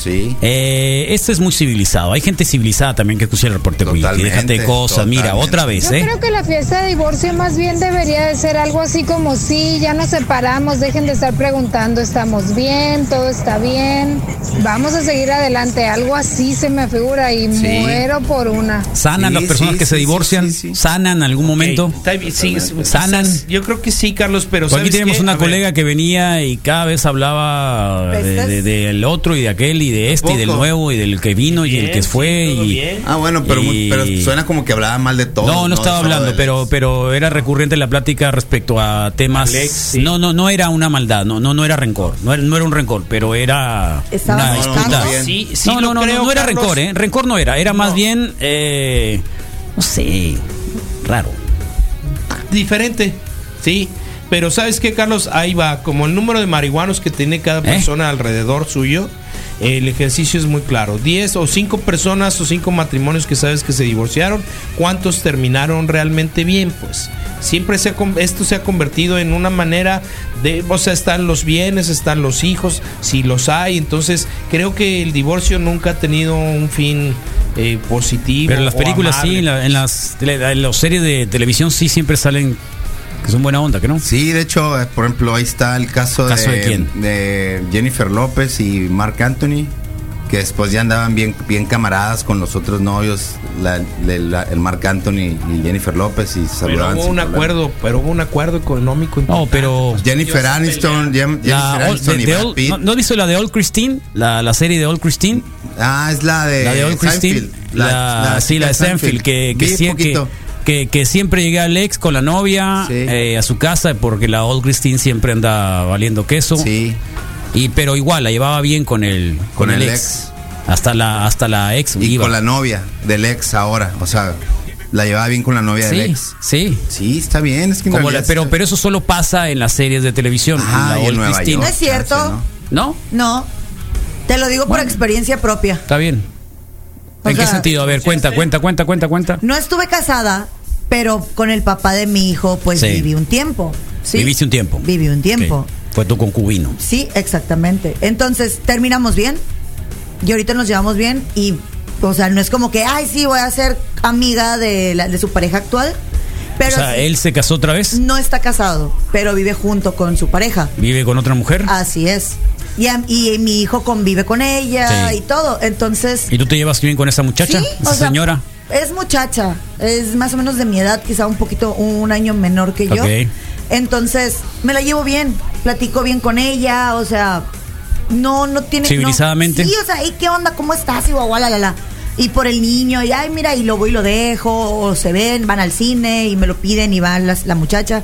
Speaker 7: Sí.
Speaker 5: Eh, esto es muy civilizado. Hay gente civilizada también que escucha el reporte político.
Speaker 7: Totalmente,
Speaker 5: Déjate de cosas. Mira,
Speaker 7: totalmente.
Speaker 5: otra vez,
Speaker 10: Yo
Speaker 5: ¿eh?
Speaker 10: creo que la fiesta de divorcio más bien debería de ser algo así como sí, ya nos separamos, dejen de estar preguntando, estamos bien, todo está bien, vamos a seguir adelante, algo así se me figura y
Speaker 7: Sí.
Speaker 10: muero por una.
Speaker 5: Sanan
Speaker 7: Sí,
Speaker 5: las personas
Speaker 7: sí,
Speaker 5: que se
Speaker 7: sí,
Speaker 5: divorcian,
Speaker 7: sí, sí.
Speaker 5: sanan en algún momento.
Speaker 3: Ok, está bien, sí, sí,
Speaker 5: Sanan.
Speaker 3: sí, Yo creo que sí, Carlos, pero
Speaker 5: Por aquí
Speaker 3: ¿sabes
Speaker 5: tenemos
Speaker 3: qué?
Speaker 5: una
Speaker 3: A ver,
Speaker 5: colega que venía y cada vez hablaba de-
Speaker 6: ¿Pestes?
Speaker 5: de- del otro y de aquel y de este y del
Speaker 7: Poco.
Speaker 5: nuevo y del que vino y el
Speaker 3: bien,
Speaker 5: que fue
Speaker 3: sí, todo
Speaker 5: y
Speaker 3: bien.
Speaker 7: Ah, bueno, pero, mu-
Speaker 5: Y-
Speaker 7: pero suena como que hablaba mal de todo.
Speaker 5: No, no estaba
Speaker 7: Solo
Speaker 5: hablando,
Speaker 7: del-
Speaker 5: pero pero era recurrente la plática respecto a temas.
Speaker 3: Alex, sí.
Speaker 5: No, no, no era una maldad, no, no, no era rencor, no era, no era un rencor, pero era
Speaker 6: Estaba
Speaker 5: una
Speaker 6: No, no,
Speaker 5: disputa.
Speaker 6: no,
Speaker 7: bien.
Speaker 3: Sí, sí
Speaker 5: no,
Speaker 3: lo
Speaker 5: no, no,
Speaker 3: creo,
Speaker 5: no, no era
Speaker 3: Carlos.
Speaker 5: rencor, ¿eh? Rencor no era, era más bien, eh, no sé, raro.
Speaker 3: diferente, sí. Pero ¿sabes qué, Carlos? Ahí va, como el número de marihuanos que tiene
Speaker 5: Eh.
Speaker 3: cada persona alrededor suyo, el ejercicio es muy claro. 10 o 5 personas o 5 matrimonios que sabes que se divorciaron, ¿cuántos terminaron realmente bien? Pues siempre se ha con- esto se ha convertido en una manera de, o sea, están los bienes, están los hijos, si los hay, entonces creo que el divorcio nunca ha tenido un fin eh, positivo.
Speaker 5: Pero en las
Speaker 3: o
Speaker 5: películas sí,
Speaker 3: amable.
Speaker 5: en, la- en las tele- en las series de televisión sí siempre salen que son buena onda, que no?
Speaker 7: Sí, de hecho, eh, por ejemplo, ahí está el caso,
Speaker 5: ¿Caso de quién?
Speaker 7: de Jennifer López y Mark Anthony, que después ya andaban bien, bien camaradas con los otros novios, la- de la- el Mark Anthony y Jennifer López, y
Speaker 3: Pero
Speaker 7: saludaban.
Speaker 3: hubo
Speaker 7: sin
Speaker 3: un
Speaker 7: problema.
Speaker 3: acuerdo, pero hubo un acuerdo económico.
Speaker 5: No,
Speaker 3: importante.
Speaker 5: pero
Speaker 7: Jennifer Aniston, Jem- Jennifer
Speaker 5: la All-
Speaker 7: Aniston
Speaker 5: de-
Speaker 7: y
Speaker 5: de
Speaker 7: Brad
Speaker 5: All-
Speaker 7: Pitt.
Speaker 5: ¿no, no has visto la de Old Christine? La, la serie de Old Christine.
Speaker 7: Ah, es la de.
Speaker 5: la de Old Christine,
Speaker 7: Seinfeld,
Speaker 5: Eh, la, sí,
Speaker 7: chica
Speaker 5: la de Seinfeld, que, que,
Speaker 7: Vi
Speaker 5: sie- que,
Speaker 7: poquito.
Speaker 5: que- que siempre llega el ex con la novia
Speaker 7: Sí.
Speaker 5: eh, a su casa porque la Old Christine siempre anda valiendo queso.
Speaker 7: Sí.
Speaker 5: Y pero igual la llevaba bien con el con, el, ex. Hasta la hasta la ex
Speaker 7: Y
Speaker 5: iba.
Speaker 7: con la novia del ex ahora. O sea, la llevaba bien con la novia
Speaker 5: sí,
Speaker 7: del ex.
Speaker 5: sí.
Speaker 7: Sí, está bien. Es que en
Speaker 5: Como
Speaker 7: realidad
Speaker 5: la- pero
Speaker 7: está-
Speaker 5: pero eso solo pasa en las series de televisión,
Speaker 7: Ajá,
Speaker 5: en
Speaker 7: Ah, y
Speaker 5: la
Speaker 7: en
Speaker 5: Old
Speaker 7: Nueva
Speaker 5: Christine.
Speaker 7: York,
Speaker 6: No es cierto.
Speaker 7: chance, ¿no?
Speaker 5: ¿No?
Speaker 6: No. Te lo digo por experiencia propia.
Speaker 5: Está bien.
Speaker 6: O
Speaker 5: ¿En qué
Speaker 6: sea,
Speaker 5: sentido? A ver, cuenta, cuenta, cuenta, cuenta, cuenta.
Speaker 6: No estuve casada, pero con el papá de mi hijo, pues
Speaker 5: Sí.
Speaker 6: viví un tiempo. ¿sí?
Speaker 5: Viviste un tiempo.
Speaker 6: Viví un tiempo.
Speaker 5: Ok. Fue tu concubino.
Speaker 6: Sí, exactamente. Entonces, terminamos bien. Y ahorita nos llevamos bien. Y, o sea, no es como que, ay, sí, voy a ser amiga de, la- de su pareja actual. Pero
Speaker 5: o sea,
Speaker 6: sí,
Speaker 5: él se casó otra vez,
Speaker 6: no está casado, pero vive junto con su pareja.
Speaker 5: vive con otra mujer.
Speaker 6: Así es. Y, a- y mi hijo convive con ella
Speaker 5: Sí.
Speaker 6: y todo. Entonces.
Speaker 5: ¿Y tú te llevas bien con esa muchacha?
Speaker 6: Sí,
Speaker 5: esa
Speaker 6: o sea,
Speaker 5: señora.
Speaker 6: Es muchacha, es más o menos de mi edad, quizá un poquito, un año menor que yo.
Speaker 5: Ok.
Speaker 6: Entonces, me la llevo bien, platico bien con ella, o sea, no, no tiene... no.
Speaker 5: Civilizadamente.
Speaker 6: sí, o sea, ¿y qué onda? ¿Cómo estás? Y guau, la, la, la. Y por el niño, y ay, mira, y lo voy y lo dejo, o se ven, van al cine y me lo piden y va las- la, muchacha.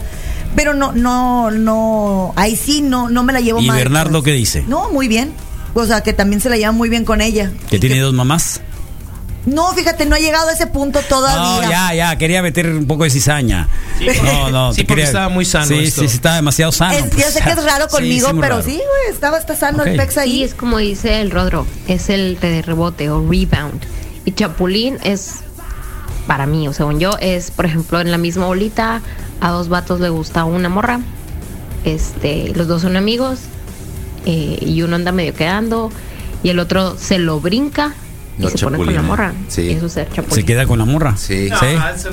Speaker 6: Pero no, no, no, ahí sí, no, no me la llevo
Speaker 5: ¿Y
Speaker 6: mal.
Speaker 5: Bernardo qué dice?
Speaker 6: No, muy bien. O sea, que también se la lleva muy bien con ella.
Speaker 5: ¿Que
Speaker 6: Y
Speaker 5: tiene dos mamás?
Speaker 6: no, fíjate, no ha llegado a ese punto todavía.
Speaker 5: No, ya, ya, quería meter un poco de cizaña. no, no,
Speaker 3: Sí,
Speaker 5: te
Speaker 3: porque
Speaker 5: quería-
Speaker 3: estaba muy sano
Speaker 5: Sí,
Speaker 3: esto.
Speaker 5: sí, sí, estaba demasiado sano.
Speaker 6: Es- yo
Speaker 5: pues,
Speaker 6: sé que es raro
Speaker 5: <laughs> sí,
Speaker 6: conmigo,
Speaker 5: muy
Speaker 6: pero
Speaker 5: raro.
Speaker 6: sí, güey, estaba está sano
Speaker 5: Ok.
Speaker 6: el pex
Speaker 9: Sí,
Speaker 6: ahí.
Speaker 9: es como dice el Rodro, es el de rebote o rebound. Y chapulín es, para mí, o según yo, es, por ejemplo, en la misma bolita, a dos vatos le gusta una morra, este, los dos son amigos, eh, y uno anda medio quedando, y el otro se lo brinca y se pone con la morra. Eso es ser chapulín.
Speaker 5: Se queda con la morra.
Speaker 7: Sí.
Speaker 5: ¿Sí?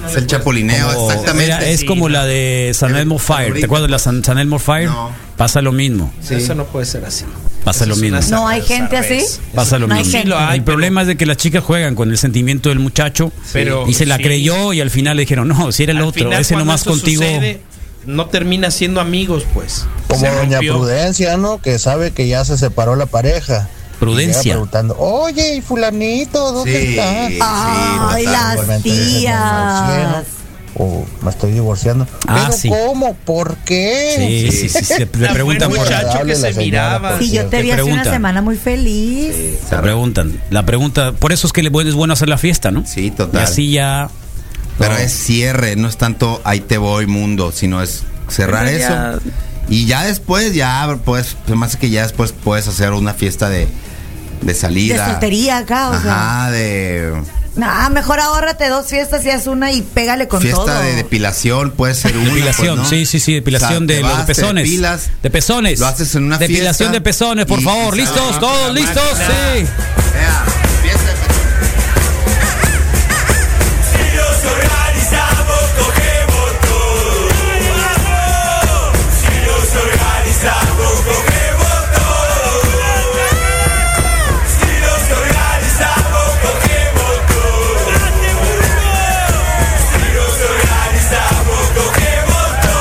Speaker 7: es el chapulineo,
Speaker 5: Como-
Speaker 7: exactamente.
Speaker 5: era- es como la de San Elmo Fire. ¿Te acuerdas de la San, San Elmo Fire?
Speaker 7: No.
Speaker 5: Pasa lo mismo.
Speaker 3: Eso no puede ser así.
Speaker 5: Pasa
Speaker 3: Eso
Speaker 5: lo
Speaker 3: es
Speaker 5: mismo.
Speaker 3: una
Speaker 6: No hay gente
Speaker 3: zarrez.
Speaker 6: así.
Speaker 5: Pasa lo
Speaker 6: No hay
Speaker 5: mismo.
Speaker 6: gente.
Speaker 3: Sí lo hay,
Speaker 5: el
Speaker 3: pero-
Speaker 5: problema es de que las chicas juegan con el sentimiento del muchacho
Speaker 3: Pero-
Speaker 5: y se la
Speaker 3: sí.
Speaker 5: creyó y al final le dijeron, no, si era el
Speaker 3: Al
Speaker 5: otro,
Speaker 3: final,
Speaker 5: ese
Speaker 3: cuando
Speaker 5: nomás
Speaker 3: eso
Speaker 5: contigo.
Speaker 3: sucede, no termina siendo amigos, pues.
Speaker 11: Como
Speaker 3: Se
Speaker 11: doña
Speaker 3: rompió.
Speaker 11: Prudencia, ¿no? Que sabe que ya se separó la pareja.
Speaker 5: Prudencia.
Speaker 11: Y llega preguntando, oye, ¿y fulanito, ¿dónde
Speaker 7: Sí,
Speaker 11: está?
Speaker 7: sí,
Speaker 6: Ay,
Speaker 7: total.
Speaker 6: las
Speaker 11: Igualmente,
Speaker 6: tías.
Speaker 11: O me estoy divorciando.
Speaker 5: Ah,
Speaker 11: ¿Pero
Speaker 5: sí.
Speaker 11: cómo? ¿Por qué?
Speaker 5: Sí, sí, sí, sí, se-
Speaker 3: Tan
Speaker 5: le preguntan
Speaker 3: buen
Speaker 5: por
Speaker 11: muchacho.
Speaker 3: muchacho que
Speaker 11: Agradable la
Speaker 3: se
Speaker 11: señora,
Speaker 3: miraba.
Speaker 11: por
Speaker 6: Sí, yo te
Speaker 5: Te
Speaker 6: vi hace una
Speaker 5: preguntan.
Speaker 6: semana muy feliz.
Speaker 5: La preguntan. La pregunta, por eso es que le- es bueno hacer la fiesta, ¿no?
Speaker 7: Sí, total.
Speaker 5: Y así ya.
Speaker 7: Pero
Speaker 5: no.
Speaker 7: es cierre, no es tanto ahí te voy mundo, sino es cerrar
Speaker 5: Pero ya-
Speaker 7: eso. Y ya después, ya pues, se me hace que ya después puedes hacer una fiesta de, de
Speaker 6: De
Speaker 7: salida.
Speaker 6: soltería acá, o sea.
Speaker 7: Ajá, de
Speaker 6: Ah, mejor ahórrate dos fiestas y haz una y pégale con
Speaker 7: fiesta
Speaker 6: todo.
Speaker 7: de depilación, puede ser una.
Speaker 5: Depilación,
Speaker 7: pues, ¿no?
Speaker 5: sí, sí, sí, depilación
Speaker 7: O sea,
Speaker 5: de
Speaker 7: te
Speaker 5: los
Speaker 7: vas, te
Speaker 5: pezones.
Speaker 7: depilas,
Speaker 5: de pezones.
Speaker 7: Lo haces en una
Speaker 5: Depilación
Speaker 7: fiesta
Speaker 5: de pezones, por
Speaker 7: y-
Speaker 5: favor.
Speaker 7: y-
Speaker 5: ¿Listos?
Speaker 7: Ah,
Speaker 5: ¿Todos
Speaker 7: la
Speaker 5: listos? Sí.
Speaker 7: máquina. Vea, fiesta de pezones.
Speaker 4: Si nos organizamos, cogemos todo. Si nos organizamos, cogemos todo. Si nos organizamos, cogemos todo. Si nos organizamos, cogemos todo. Cogemos todo.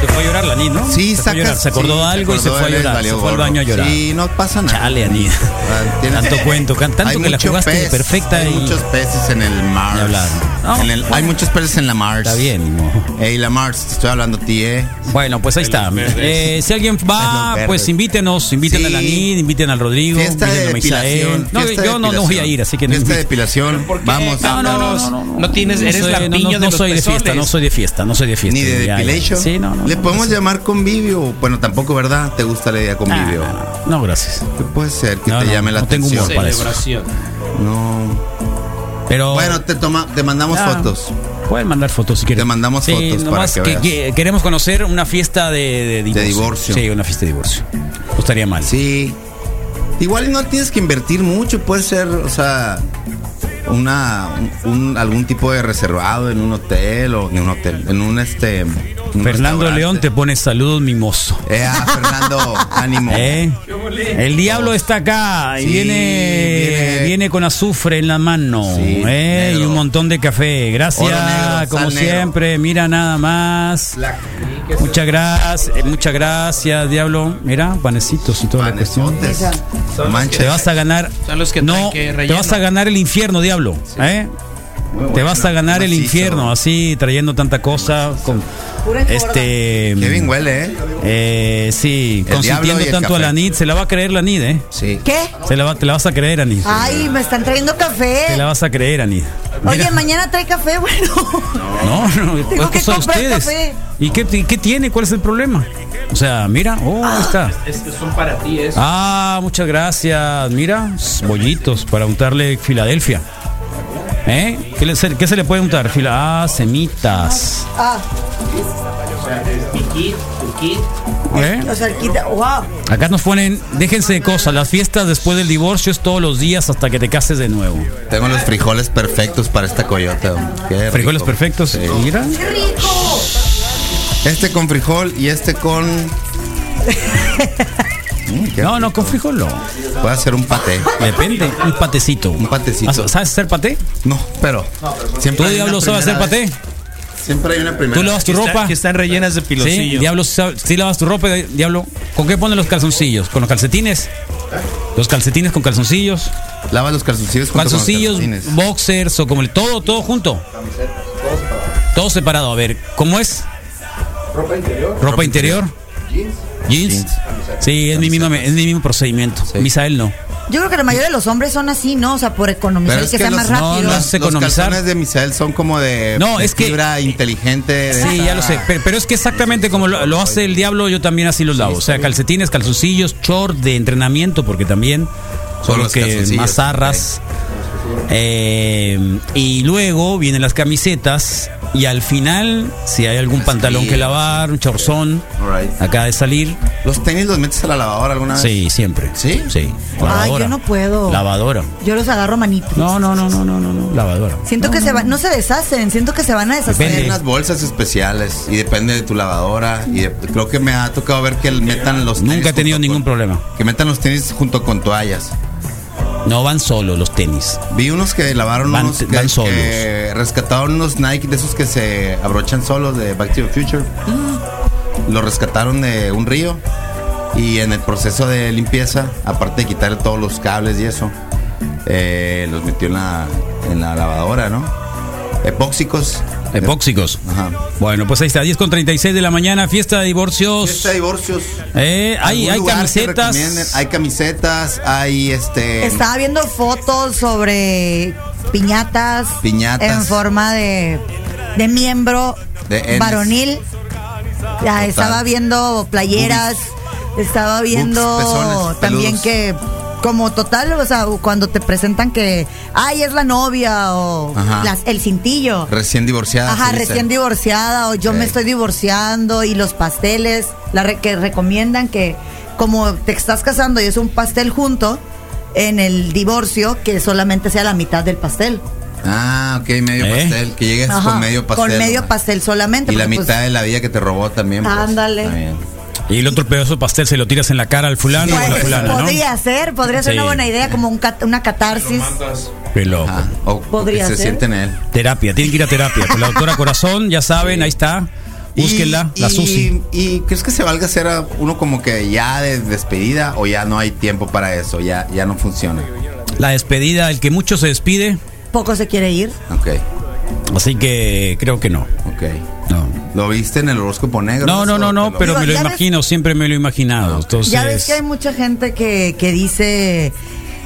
Speaker 5: Se fue a llorar la Anit, ¿no?
Speaker 7: Sí,
Speaker 5: se fue a
Speaker 7: sacas-
Speaker 5: llorar. Se acordó
Speaker 7: sí,
Speaker 5: de algo y se
Speaker 7: acordó,
Speaker 5: fue a
Speaker 7: les
Speaker 5: llorar. Se
Speaker 7: valió
Speaker 5: fue al
Speaker 7: gorro.
Speaker 5: baño a llorar.
Speaker 7: Sí, no pasa nada.
Speaker 5: Chale, Anit.
Speaker 7: Ah, tienes-
Speaker 5: Tanto cuento, can- tanto
Speaker 7: Hay
Speaker 5: que la
Speaker 7: mucho
Speaker 5: jugaste de
Speaker 7: pez,
Speaker 5: perfecta
Speaker 7: Hay
Speaker 5: y-
Speaker 7: muchos peces en el
Speaker 5: Ni
Speaker 7: mar.
Speaker 5: hablar. No,
Speaker 7: En el- Hay muchos peces en la mar.
Speaker 5: Está bien, no.
Speaker 7: Ey, la Mars, te estoy hablando a ti, eh.
Speaker 5: Bueno, pues ahí está. Eh, si alguien
Speaker 7: los
Speaker 5: va,
Speaker 7: verdes.
Speaker 5: pues invítenos. Inviten
Speaker 7: Sí.
Speaker 5: a la Nid, inviten al Rodrigo,
Speaker 7: Fiesta
Speaker 5: inviten
Speaker 7: de
Speaker 5: a Misael.
Speaker 7: depilación.
Speaker 5: No,
Speaker 7: fiesta de
Speaker 5: yo no, no voy a
Speaker 7: depilación.
Speaker 5: ir, así que no
Speaker 7: Fiesta de
Speaker 5: inviten.
Speaker 7: depilación,
Speaker 3: ¿Por qué?
Speaker 7: vamos.
Speaker 3: No, no, no, no, no, no tienes, eres
Speaker 5: soy-
Speaker 3: lampiño
Speaker 5: no, no,
Speaker 3: de
Speaker 5: no
Speaker 3: los
Speaker 5: soy de
Speaker 3: pezones.
Speaker 5: fiesta, no soy de fiesta, no soy de fiesta.
Speaker 7: Ni de
Speaker 5: Ya, ya.
Speaker 7: depilation.
Speaker 5: Sí, no, no.
Speaker 7: Le
Speaker 5: no,
Speaker 7: podemos
Speaker 5: no sé.
Speaker 7: llamar convivio. Bueno, tampoco, ¿verdad? ¿Te gusta la idea convivio?
Speaker 5: Ah, no, no, no, gracias.
Speaker 7: ¿Qué puede ser que
Speaker 5: No,
Speaker 7: te
Speaker 5: no,
Speaker 7: llame la
Speaker 5: no tengo
Speaker 7: atención?
Speaker 5: humor para eso.
Speaker 3: Celebración.
Speaker 7: No.
Speaker 5: Pero
Speaker 7: Bueno, te toma, te mandamos
Speaker 5: Ah,
Speaker 7: fotos.
Speaker 5: Pueden mandar fotos si quieren.
Speaker 7: Te mandamos
Speaker 5: Sí,
Speaker 7: fotos para
Speaker 5: nomás
Speaker 7: que veas.
Speaker 5: queremos conocer una fiesta de, de divorcio.
Speaker 7: divorcio.
Speaker 5: Sí, una fiesta de divorcio. No estaría mal.
Speaker 7: Sí. Igual no tienes que invertir mucho, puede ser, o sea, una un- algún tipo de reservado en un hotel o en un hotel, en un este en un
Speaker 5: Fernando
Speaker 7: restaurante.
Speaker 5: León te pone saludos mimoso.
Speaker 7: Eh, ah,
Speaker 5: <laughs>
Speaker 7: Fernando, ánimo.
Speaker 5: ¿Eh? El diablo está acá y
Speaker 7: Sí,
Speaker 5: viene, viene
Speaker 7: viene-
Speaker 5: con azufre en la mano
Speaker 7: Sí,
Speaker 5: ¿eh? y
Speaker 7: negro.
Speaker 5: un montón de café. Gracias,
Speaker 7: Oro negro,
Speaker 5: como
Speaker 7: sal negro.
Speaker 5: siempre. Mira nada más.
Speaker 7: La-
Speaker 5: Muchas gracias, eh, muchas gracias, diablo. Mira, panecitos y toda la cuestión.
Speaker 7: Panesotes.
Speaker 3: Son
Speaker 7: Manches.
Speaker 5: Te vas a ganar.
Speaker 3: Son los que
Speaker 5: no,
Speaker 3: traen que
Speaker 5: te
Speaker 3: relleno.
Speaker 5: vas a ganar el infierno, diablo. ¿eh? Te vas a ganar el
Speaker 7: Macizo.
Speaker 5: infierno, así trayendo tanta cosa. Con,
Speaker 6: Pura engorda.
Speaker 5: este,
Speaker 7: Qué bien huele, ¿eh?
Speaker 5: eh, sí,
Speaker 7: El diablo
Speaker 5: consintiendo
Speaker 7: y el
Speaker 5: tanto a
Speaker 7: café.
Speaker 5: la NID. Se la va a creer la NID, ¿eh?
Speaker 7: Sí.
Speaker 6: ¿Qué?
Speaker 5: Se la va- te la vas a creer, Anid.
Speaker 6: Ay, me están trayendo
Speaker 5: Te la
Speaker 6: café.
Speaker 5: vas a creer, Anid.
Speaker 6: Oye, mañana trae café, <laughs> bueno.
Speaker 5: No, no, es
Speaker 6: que
Speaker 5: cosa de
Speaker 6: comprar
Speaker 5: ustedes.
Speaker 6: café.
Speaker 5: ¿Y qué, y qué tiene? ¿Cuál es el problema? O sea, mira, oh,
Speaker 6: Ah.
Speaker 5: ahí está.
Speaker 3: Es que son para ti, es.
Speaker 5: Ah, muchas gracias. Mira, s- bollitos para untarle Filadelfia. ¿Eh? ¿Qué, le- se- qué se le puede untar? Fila ah, semitas.
Speaker 6: Ah,
Speaker 5: ¿Eh?
Speaker 6: o sea, quita. Wow.
Speaker 5: Acá nos ponen, déjense de cosas, las fiestas después del divorcio es todos los días hasta que te cases de nuevo.
Speaker 7: Tengo los frijoles perfectos para esta coyota. Qué
Speaker 5: Frijoles
Speaker 7: rico.
Speaker 5: perfectos.
Speaker 7: Sí.
Speaker 5: Mira.
Speaker 7: Este con frijol y este con Mm, qué
Speaker 5: No, no, con frijol no.
Speaker 7: rico. Voy a hacer un paté.
Speaker 5: Depende, un patecito.
Speaker 7: Un patecito.
Speaker 5: Ah, ¿Sabes hacer paté?
Speaker 7: No, pero
Speaker 5: ¿Tú,
Speaker 7: siempre hay una
Speaker 5: Diablo, sabes hacer
Speaker 7: primera
Speaker 5: paté?
Speaker 7: vez. Siempre hay una primera.
Speaker 5: ¿Tú lavas tu
Speaker 3: Que están-
Speaker 5: ropa?
Speaker 3: que están rellenas de
Speaker 5: Sí,
Speaker 3: piloncillo.
Speaker 5: Diablo, sa- ¿sí lavas tu ropa, eh, Diablo? ¿Con qué ponen los calzoncillos? ¿Con los calcetines? ¿Los calcetines con calzoncillos?
Speaker 7: Lava los calzoncillos junto con los
Speaker 5: Calzoncillos,
Speaker 7: calcetines.
Speaker 5: boxers o como el todo, todo junto. Todo separado. A ver, ¿cómo es? Ropa interior. Ropa interior. Jeans. Sí, es mi, misma, es mi mismo procedimiento. Misael no.
Speaker 6: Yo creo que la mayoría de los hombres son así, ¿no? O sea, por economizar
Speaker 7: Pero
Speaker 6: y
Speaker 7: es
Speaker 6: que,
Speaker 7: que,
Speaker 6: sea
Speaker 7: los,
Speaker 6: más
Speaker 5: no,
Speaker 6: rápido.
Speaker 5: no
Speaker 7: los,
Speaker 5: sé
Speaker 7: los
Speaker 5: economizar.
Speaker 7: calzones de Misael son como de
Speaker 5: No, es que-
Speaker 7: fibra inteligente. de
Speaker 5: Sí,
Speaker 7: esa-
Speaker 5: ya lo sé. Pero, pero es que exactamente como lo, lo hace el diablo, yo también así los lavo. O sea, calcetines, calzoncillos, short de entrenamiento, porque también
Speaker 7: Son
Speaker 5: son los
Speaker 7: los
Speaker 5: que
Speaker 7: calzoncillos,
Speaker 5: más arras. Eh, y luego vienen las camisetas. Y al final, si hay algún pantalón que lavar, un chorzón, acaba de salir.
Speaker 7: ¿Los tenis los metes a la lavadora alguna vez?
Speaker 5: Sí, siempre. ¿Sí? Sí.
Speaker 6: Ay, yo no puedo.
Speaker 5: Lavadora.
Speaker 6: Yo los agarro manitos.
Speaker 5: No, no, no, no, no, no, no. Lavadora.
Speaker 6: Siento que se van, no se deshacen, siento que se van a deshacer.
Speaker 7: Hay unas bolsas especiales y depende de tu lavadora. Y de- creo que me ha tocado ver que metan los tenis.
Speaker 5: Nunca he tenido ningún problema.
Speaker 7: Que metan los tenis junto con toallas.
Speaker 5: No van solos los tenis.
Speaker 7: Vi unos que lavaron
Speaker 5: Van-
Speaker 7: unos que,
Speaker 5: van solos.
Speaker 7: que rescataron unos Nike de esos que se abrochan solos de Back to the Future.
Speaker 5: Mm.
Speaker 7: Lo rescataron de un río y en el proceso de limpieza, aparte de quitarle todos los cables y eso, eh, los metió en la, en la lavadora, ¿no? Epóxicos.
Speaker 5: Epóxicos. Bueno, pues ahí está, 10 con 36 de la mañana, fiesta de divorcios.
Speaker 7: Fiesta de divorcios.
Speaker 5: Eh, hay,
Speaker 7: ¿Algún
Speaker 5: hay
Speaker 7: lugar que recomienden?
Speaker 5: camisetas.
Speaker 7: Hay camisetas, hay este.
Speaker 6: Estaba viendo fotos sobre piñatas.
Speaker 7: Piñatas.
Speaker 6: En forma de, de miembro
Speaker 7: De Ns.
Speaker 6: varonil. Ya, estaba viendo playeras. Estaba viendo
Speaker 7: pezones,
Speaker 6: también
Speaker 7: peludos.
Speaker 6: que, como total, o sea, cuando te presentan que, ay, es la novia o
Speaker 7: Ajá.
Speaker 6: las- el cintillo.
Speaker 7: Recién divorciada.
Speaker 6: Ajá,
Speaker 7: se dice.
Speaker 6: recién divorciada o yo me
Speaker 7: Sí.
Speaker 6: estoy divorciando y los pasteles, la re- que recomiendan que como te estás casando y es un pastel junto en el divorcio que solamente sea la mitad del pastel.
Speaker 7: Ah, ok, medio
Speaker 5: ¿Eh?
Speaker 7: pastel. Que llegues
Speaker 6: Ajá,
Speaker 7: con medio pastel.
Speaker 6: Con medio
Speaker 7: ¿no?
Speaker 6: pastel solamente.
Speaker 7: Y la
Speaker 6: porque, pues,
Speaker 7: mitad de la vida que te robó también. pues,
Speaker 6: Ándale.
Speaker 7: también.
Speaker 5: Y el otro pedazo pastel se lo tiras en la cara al fulano o a la
Speaker 6: pues,
Speaker 5: fulana, ¿no?
Speaker 6: podría ser, podría ser
Speaker 5: Sí.
Speaker 6: una buena idea, como un cat- una catarsis.
Speaker 5: Qué loco.
Speaker 7: Ajá, O, o que
Speaker 6: Ah, Podría
Speaker 7: se
Speaker 6: ser.
Speaker 7: siente en él.
Speaker 5: Terapia, tienen que ir a terapia. Con la doctora Corazón, ya saben, ahí está. Búsquenla,
Speaker 7: Y-
Speaker 5: la
Speaker 7: y-
Speaker 5: Susi.
Speaker 7: ¿Y crees que se valga hacer a uno como que ya de despedida o ya no hay tiempo para eso? Ya, ya no funciona.
Speaker 5: La despedida, el que mucho se despide,
Speaker 6: Poco se quiere ir.
Speaker 7: Ok,
Speaker 5: así que creo que no.
Speaker 7: ok.
Speaker 5: No.
Speaker 7: ¿Lo viste en el horóscopo negro?
Speaker 5: No, no, no, no,
Speaker 7: Te lo-
Speaker 5: pero
Speaker 6: Digo,
Speaker 5: me lo
Speaker 6: ya ves-
Speaker 5: imagino, siempre me lo he imaginado. Entonces,
Speaker 6: ya ves que hay mucha gente que, que dice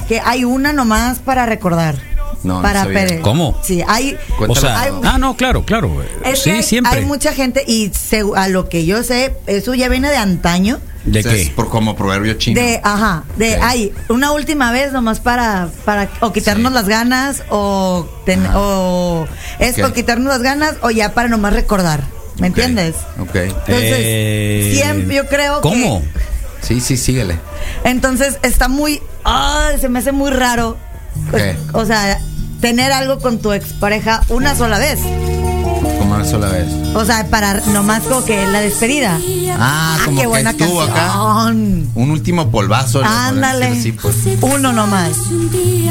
Speaker 6: que hay una nomás para recordar.
Speaker 7: No, no
Speaker 6: para
Speaker 7: sabía.
Speaker 6: Pérez.
Speaker 5: ¿Cómo?
Speaker 6: Sí, hay.
Speaker 5: o
Speaker 7: Cuéntalo.
Speaker 5: sea,
Speaker 6: hay-
Speaker 5: ah, no, claro, claro.
Speaker 6: Es
Speaker 5: sí,
Speaker 6: que hay,
Speaker 5: siempre.
Speaker 6: hay mucha gente y se- a lo que yo sé, eso ya viene de antaño.
Speaker 5: ¿De
Speaker 7: O sea, es
Speaker 5: qué?
Speaker 7: por como proverbio chino.
Speaker 6: De, ajá, de,
Speaker 7: Ok.
Speaker 6: ay, una última vez nomás para, para o quitarnos las ganas o, ten-
Speaker 7: Ajá.
Speaker 6: o es
Speaker 7: Ok.
Speaker 6: por quitarnos las ganas o ya para nomás recordar. ¿Me
Speaker 7: Ok,
Speaker 6: entiendes?
Speaker 7: Ok.
Speaker 6: Entonces,
Speaker 5: Eh,
Speaker 6: siempre, yo creo
Speaker 5: ¿Cómo?
Speaker 6: que.
Speaker 7: Sí, sí, síguele.
Speaker 6: Entonces, está muy. ay, se me hace muy raro. pues,
Speaker 7: Ok.
Speaker 6: O sea, tener algo con tu expareja una sola vez.
Speaker 7: Como una sola vez.
Speaker 6: O sea, para nomás como que la despedida.
Speaker 7: Ah,
Speaker 6: Ah,
Speaker 7: como
Speaker 6: qué
Speaker 7: que
Speaker 6: buena
Speaker 7: estuvo
Speaker 6: canción.
Speaker 7: acá. Un último polvazo. le ponen,
Speaker 6: Ándale.
Speaker 7: sí, pues.
Speaker 6: Uno nomás.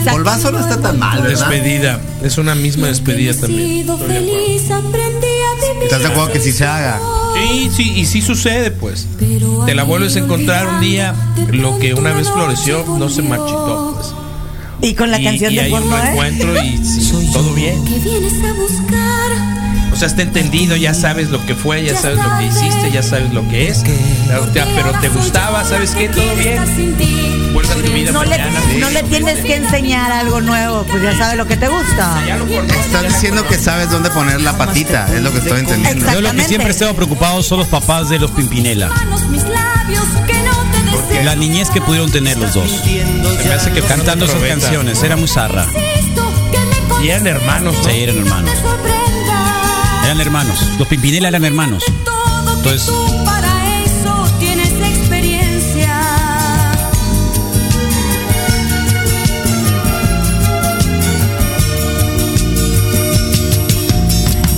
Speaker 6: Sa-
Speaker 7: Polvazo no está tan mal, ¿verdad?
Speaker 3: Despedida. Es una misma despedida también.
Speaker 7: ¿Estás de acuerdo que sí se haga?
Speaker 3: Y sí, y sí sucede, pues. Te la vuelves a encontrar un día, lo que una vez floreció no se marchitó, pues.
Speaker 6: Y con la
Speaker 3: Y-
Speaker 6: canción
Speaker 3: y
Speaker 6: de
Speaker 3: hay un
Speaker 6: fondo,
Speaker 12: E.
Speaker 6: ¿eh?
Speaker 12: <laughs>
Speaker 3: encuentro y sí, todo bien. O sea, está entendido, ya sabes lo que fue, ya sabes lo que hiciste, ya sabes lo que es. Pero te- Pero te gustaba, ¿sabes qué? Todo bien. Vuelta a tu vida
Speaker 6: No le,
Speaker 3: mañana.
Speaker 6: no le tienes que enseñar algo nuevo, pues ya sabes lo que te gusta.
Speaker 3: Ya lo conoces,
Speaker 7: Estás
Speaker 3: ya la
Speaker 7: diciendo que sabes dónde poner la patita, es lo que estoy entendiendo.
Speaker 5: Yo
Speaker 6: Exacto.
Speaker 5: lo que
Speaker 6: Exactamente.
Speaker 5: siempre he estado preocupado son los papás de los Pimpinela. La niñez que pudieron tener los dos.
Speaker 3: Se me hace que fue
Speaker 5: Cantando
Speaker 3: una
Speaker 5: esas
Speaker 3: probeta.
Speaker 5: canciones, era muy zarra.
Speaker 3: Y eran hermanos, ¿no?
Speaker 5: Sí, eran hermanos. Eran hermanos. Los Pimpinela eran hermanos. Entonces,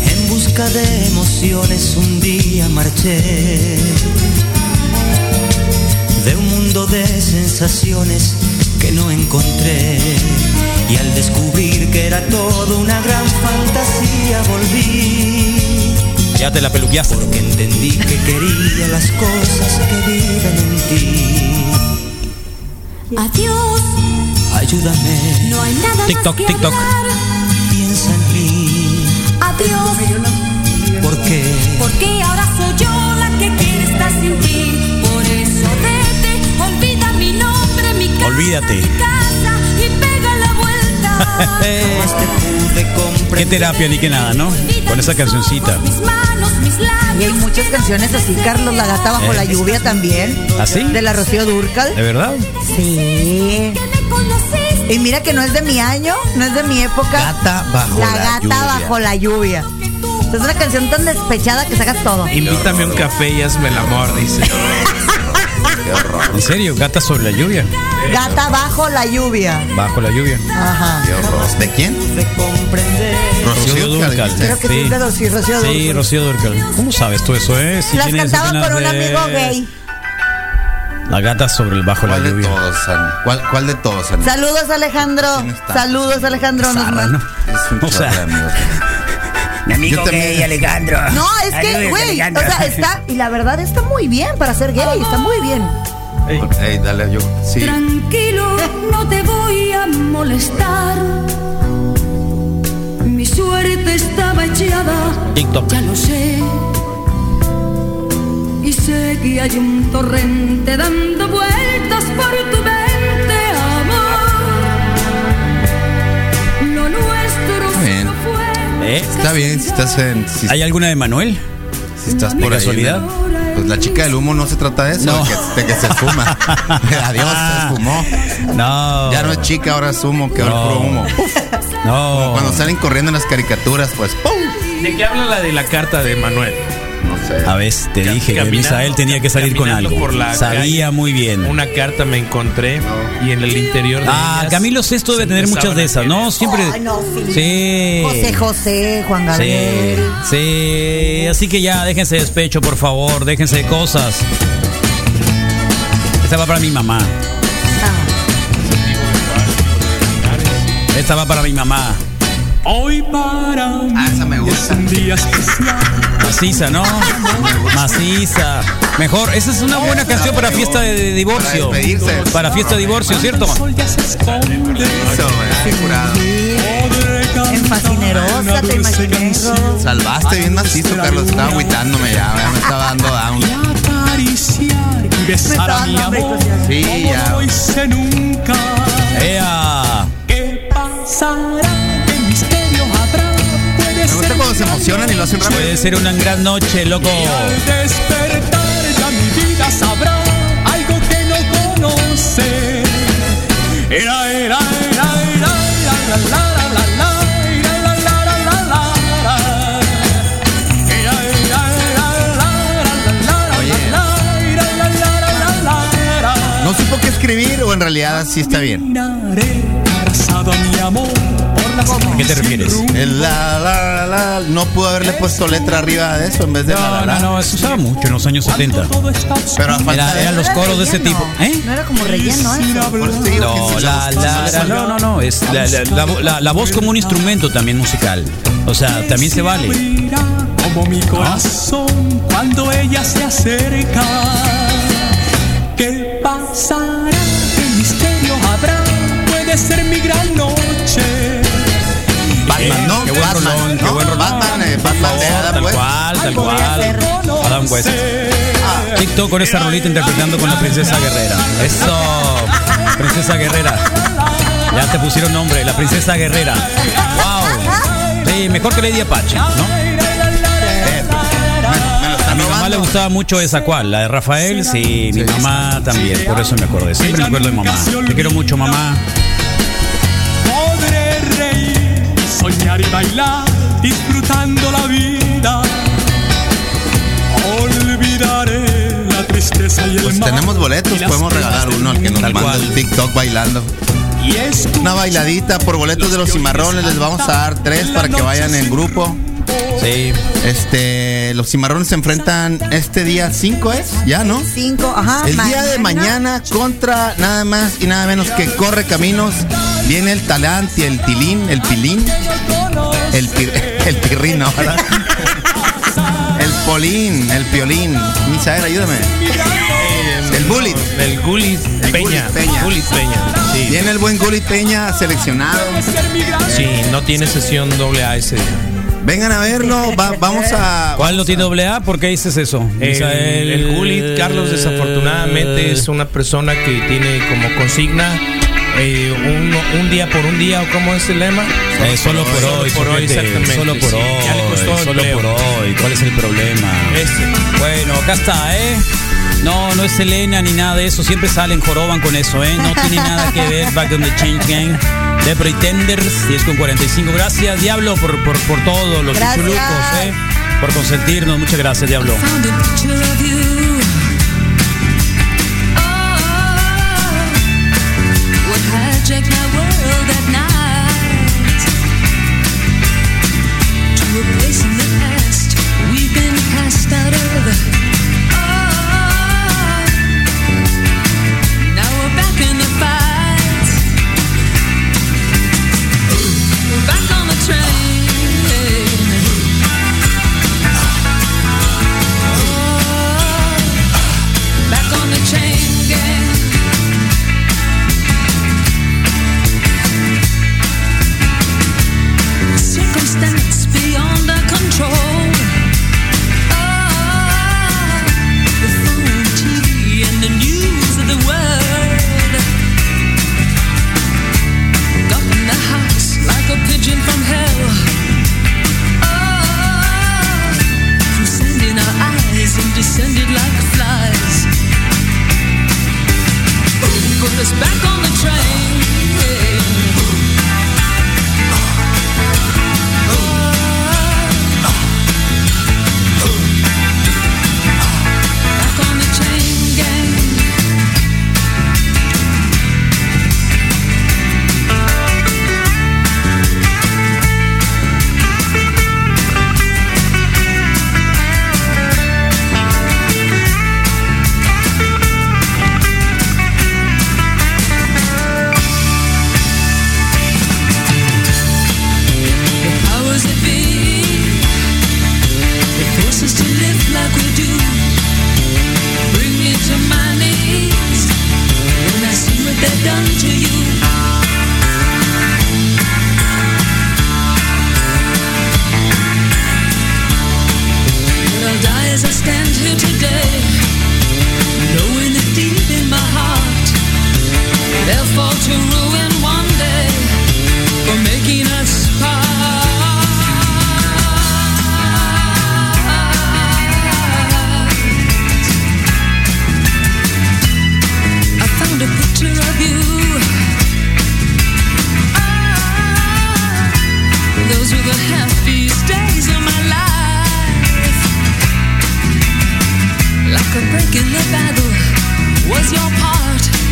Speaker 12: En busca de emociones un día marché de un mundo de sensaciones que no encontré y al descubrir que era todo una gran fantasía volví
Speaker 5: ya te la peluqueaste.
Speaker 12: porque entendí que quería las cosas que viven en ti.
Speaker 13: Adiós,
Speaker 12: Ayúdame,
Speaker 13: no hay nada
Speaker 5: TikTok,
Speaker 13: más que
Speaker 5: TikTok.
Speaker 13: hablar.
Speaker 12: piensa en mí,
Speaker 13: Adiós,
Speaker 12: porque
Speaker 13: porque ahora soy yo la que quiere estar sin ti. Por eso vete, olvida mi nombre, mi casa,
Speaker 5: Olvídate.
Speaker 13: mi casa y pega la
Speaker 5: <laughs>
Speaker 13: vuelta.
Speaker 12: más te pude comprender.
Speaker 5: Qué terapia ni qué nada, ¿no? Con esa cancioncita.
Speaker 13: Mis manos, mis labios.
Speaker 6: Y hay muchas canciones así, Carlos, La Gata Bajo
Speaker 5: Eh.
Speaker 6: la Lluvia también.
Speaker 5: ¿Ah, sí?
Speaker 6: De la Rocío Durcal.
Speaker 5: ¿De verdad?
Speaker 6: Sí.
Speaker 13: que me conociste.
Speaker 6: Y mira que no es de mi año, no es de mi época.
Speaker 5: Gata bajo la
Speaker 6: gata
Speaker 5: lluvia.
Speaker 6: bajo la lluvia. Es una canción tan despechada que sacas todo.
Speaker 3: Invítame un café y hazme el amor, dice.
Speaker 5: <laughs> ¿En serio? Gata sobre la lluvia.
Speaker 6: Gata bajo la lluvia.
Speaker 5: Bajo la lluvia.
Speaker 6: Ajá.
Speaker 7: ¿De quién?
Speaker 5: Rocío Durcal.
Speaker 6: Creo que sí es de Rocío- Rocío
Speaker 5: Sí,
Speaker 6: Dúrcal.
Speaker 5: Rocío Durcal. ¿Cómo sabes tú eso, eh? Si
Speaker 6: Las
Speaker 5: tienes
Speaker 6: cantaba
Speaker 5: escenas
Speaker 6: con un
Speaker 5: de-
Speaker 6: amigo gay.
Speaker 5: La gata sobre el bajo la
Speaker 7: ¿Cuál de
Speaker 5: lluvia.
Speaker 7: todos, Ani? ¿Cuál, cuál de todos, Ani?
Speaker 6: Saludos Alejandro. Saludos Alejandro. Nos
Speaker 7: Sara,
Speaker 6: manda-
Speaker 7: ¿no? Es un
Speaker 5: O sea,
Speaker 7: chorro de amigos.
Speaker 11: Mi amigo
Speaker 7: Yo también-
Speaker 11: gay, Alejandro.
Speaker 6: No, es que,
Speaker 11: Saludos,
Speaker 6: güey, o
Speaker 11: Alejandro.
Speaker 6: sea, está, y la verdad está muy bien para ser gay, está muy bien.
Speaker 7: Ey, dale, yo. Sí.
Speaker 13: Tranquilo, no te voy a molestar. Mi suerte estaba echada,
Speaker 5: TikTok.
Speaker 13: ya lo sé. Y sé que hay un torrente dando vueltas por tu mente, amor. Lo nuestro
Speaker 7: Está bien.
Speaker 13: solo fue.
Speaker 7: Está bien si estás en. Si,
Speaker 5: ¿Eh? ¿Hay alguna de Manuel?
Speaker 7: si estás
Speaker 5: ¿De
Speaker 7: por ahí,
Speaker 5: casualidad?
Speaker 7: ¿no? Pues la chica del humo no se trata de eso,
Speaker 5: No.
Speaker 7: de, que, de que se
Speaker 5: <laughs>
Speaker 7: fuma. <laughs> Adiós, se fumó.
Speaker 5: No.
Speaker 7: Ya no es chica, ahora es humo, que ahora
Speaker 5: No.
Speaker 7: es puro humo.
Speaker 5: No.
Speaker 7: Cuando salen corriendo en las caricaturas, pues. ¡pum!
Speaker 3: ¿De qué habla la de la carta de Manuel?
Speaker 7: No sé.
Speaker 5: A ver, te dije que
Speaker 3: Caminando-
Speaker 5: Misael tenía que salir con
Speaker 3: caminando
Speaker 5: algo.
Speaker 3: por la
Speaker 5: Sabía
Speaker 3: calle.
Speaker 5: muy bien.
Speaker 3: Una carta me encontré y en el interior de
Speaker 5: Ah,
Speaker 3: ellas
Speaker 5: Camilo Sesto debe
Speaker 3: se
Speaker 5: tener muchas
Speaker 3: empezaban
Speaker 5: de
Speaker 3: a
Speaker 5: esas, ¿no? Siempre.
Speaker 6: Ay, no, sí.
Speaker 5: Sí.
Speaker 6: José José, Juan
Speaker 5: Sí,
Speaker 6: Gabriel.
Speaker 5: sí. Así que ya, déjense de despecho, por favor. Déjense de cosas. Esta va para mi mamá.
Speaker 6: Ah,
Speaker 5: Esta va para mi mamá. Hoy para
Speaker 7: Ah, esa me gusta.
Speaker 5: Maciza, ¿no? Maciza. Mejor, esa es una buena canción para fiesta de divorcio.
Speaker 7: Para despedirse.
Speaker 5: Para fiesta de divorcio, ¿cierto?
Speaker 7: Eso, güey, curado.
Speaker 6: En Fascinerosa, te imaginé. Ro.
Speaker 7: Salvaste bien macizo, Carlos. Estaba agüitándome ya, ya me estaba dando down.
Speaker 6: Me estaba dando besos ya.
Speaker 7: Sí, ya.
Speaker 5: ¡Ea!
Speaker 7: Me gusta cuando se emocionan y lo hacen rápido.
Speaker 5: Puede ser una gran noche, loco.
Speaker 7: No supo qué escribir o en realidad sí está bien.
Speaker 5: ¿A qué te refieres?
Speaker 7: El la, la, la, la, no pudo haberle puesto letra arriba de eso en vez de la,
Speaker 5: No,
Speaker 7: la, la.
Speaker 5: no, no, eso usaba mucho en los años 70.
Speaker 7: Pero a falta
Speaker 5: Era-
Speaker 7: de
Speaker 5: eran los
Speaker 6: Era
Speaker 5: coros de ese
Speaker 6: relleno.
Speaker 5: tipo. ¿Eh?
Speaker 6: No era como relleno eso.
Speaker 7: Por eso te digo que
Speaker 5: No,
Speaker 7: si
Speaker 5: la,
Speaker 7: le gustó,
Speaker 5: la-
Speaker 7: no
Speaker 5: la-
Speaker 7: le salió.
Speaker 5: no, no, no, es la, la- la vo- la- la voz como un instrumento también musical. O sea, también se vale. Ah.
Speaker 12: Como mi corazón cuando ella se acerca. ¿Qué pasará? ¿Qué misterio habrá? Puede ser mi gran noche.
Speaker 7: Batman, eh, no,
Speaker 5: Eh, Qué buen
Speaker 7: Batman,
Speaker 5: rolón, qué
Speaker 7: no,
Speaker 5: buen rolón.
Speaker 7: Batman, eh, Batman de Adam
Speaker 5: Tal
Speaker 7: West.
Speaker 5: cual, tal
Speaker 6: podría
Speaker 5: cual.
Speaker 6: ser.
Speaker 5: Adam West. TikTok con esa rolita interpretando con la princesa guerrera. Eso, princesa guerrera. Ya te pusieron nombre, la princesa guerrera. Wow. Sí, mejor que Lady Apache, ¿no?
Speaker 7: Me lo están
Speaker 5: A mi mamá le
Speaker 7: robando.
Speaker 5: gustaba mucho esa cual, la de Rafael, sí, mi mamá también, por eso me acordé, siempre me acuerdo de mamá. Te quiero mucho, mamá.
Speaker 12: Podré reír, soñar y bailar, disfrutando la vida. Olvidaré la tristeza y el
Speaker 7: Pues
Speaker 12: mal,
Speaker 7: tenemos
Speaker 12: y
Speaker 7: boletos,
Speaker 12: las
Speaker 7: podemos
Speaker 12: penas
Speaker 7: regalar
Speaker 12: del
Speaker 7: uno al que nos
Speaker 5: Tal
Speaker 7: manda
Speaker 5: cual.
Speaker 7: el TikTok bailando.
Speaker 12: Y es tu
Speaker 7: Una bailadita por boletos de los cimarrones, les vamos a dar tres para que vayan en grupo.
Speaker 5: Sí,
Speaker 7: Este, los cimarrones se enfrentan este día 5 es, ya, ¿no?
Speaker 6: Cinco, ajá.
Speaker 7: El día de mañana contra nada más y nada menos que corre caminos. Viene el talante, el tilín, el pilín, el, pir- <laughs> el pirrino, ¿verdad? El polín, el piolín. Misael, ayúdame. El bullet.
Speaker 3: El Gulis
Speaker 7: El
Speaker 3: Peña.
Speaker 7: Gulis Peña.
Speaker 3: Gulis Peña. Sí.
Speaker 7: Viene el buen Gullit Peña seleccionado.
Speaker 3: Sí, no tiene sesión doble A ese. día.
Speaker 7: Vengan a verlo. va- vamos a.
Speaker 5: ¿Cuál no tiene doble A? ¿Por qué dices eso?
Speaker 3: El,
Speaker 5: Misael?
Speaker 3: el Gulit, Carlos, desafortunadamente es una persona que tiene como consigna eh, un, un día por un día, o cómo es el lema.
Speaker 5: Eh, solo por hoy, sujete, solo por
Speaker 3: sí, ya le
Speaker 5: hoy,
Speaker 3: costó
Speaker 5: solo
Speaker 3: empleo.
Speaker 5: por hoy. ¿Cuál es el problema? Este, Bueno, acá está, ¿eh? No, no es Elena ni nada de eso. Siempre salen joroban con eso, ¿eh? No tiene nada que ver Back on the Change Game de Pretenders 10 con 45. Gracias, Diablo, por, por, por todo, los
Speaker 10: Gracias.
Speaker 5: chuchulucos, ¿eh? Por consentirnos. Muchas gracias, Diablo.
Speaker 10: Found a picture of you. Oh, what hijacked my world at night? To a place in the past we've been cast out of. Oh, now we're back in the fight. We're back on the train. Back on the chain gang. Circumstance beyond our control. Oh, the phone, TV, and the news of the world. Got in the house like a pigeon from hell. Oh, from sand in our eyes and descended like flies. Put us back on the train. Back on the train, gang. powers that be. They force us to live like we do. Bring me to my knees when I see what they've done to you. I'll die as I stand here today, knowing that deep in my heart they'll fall to ruin one day for making us part. I found a picture of you. Ah, those were the happiest days of my life. Like a break in the battle was your part.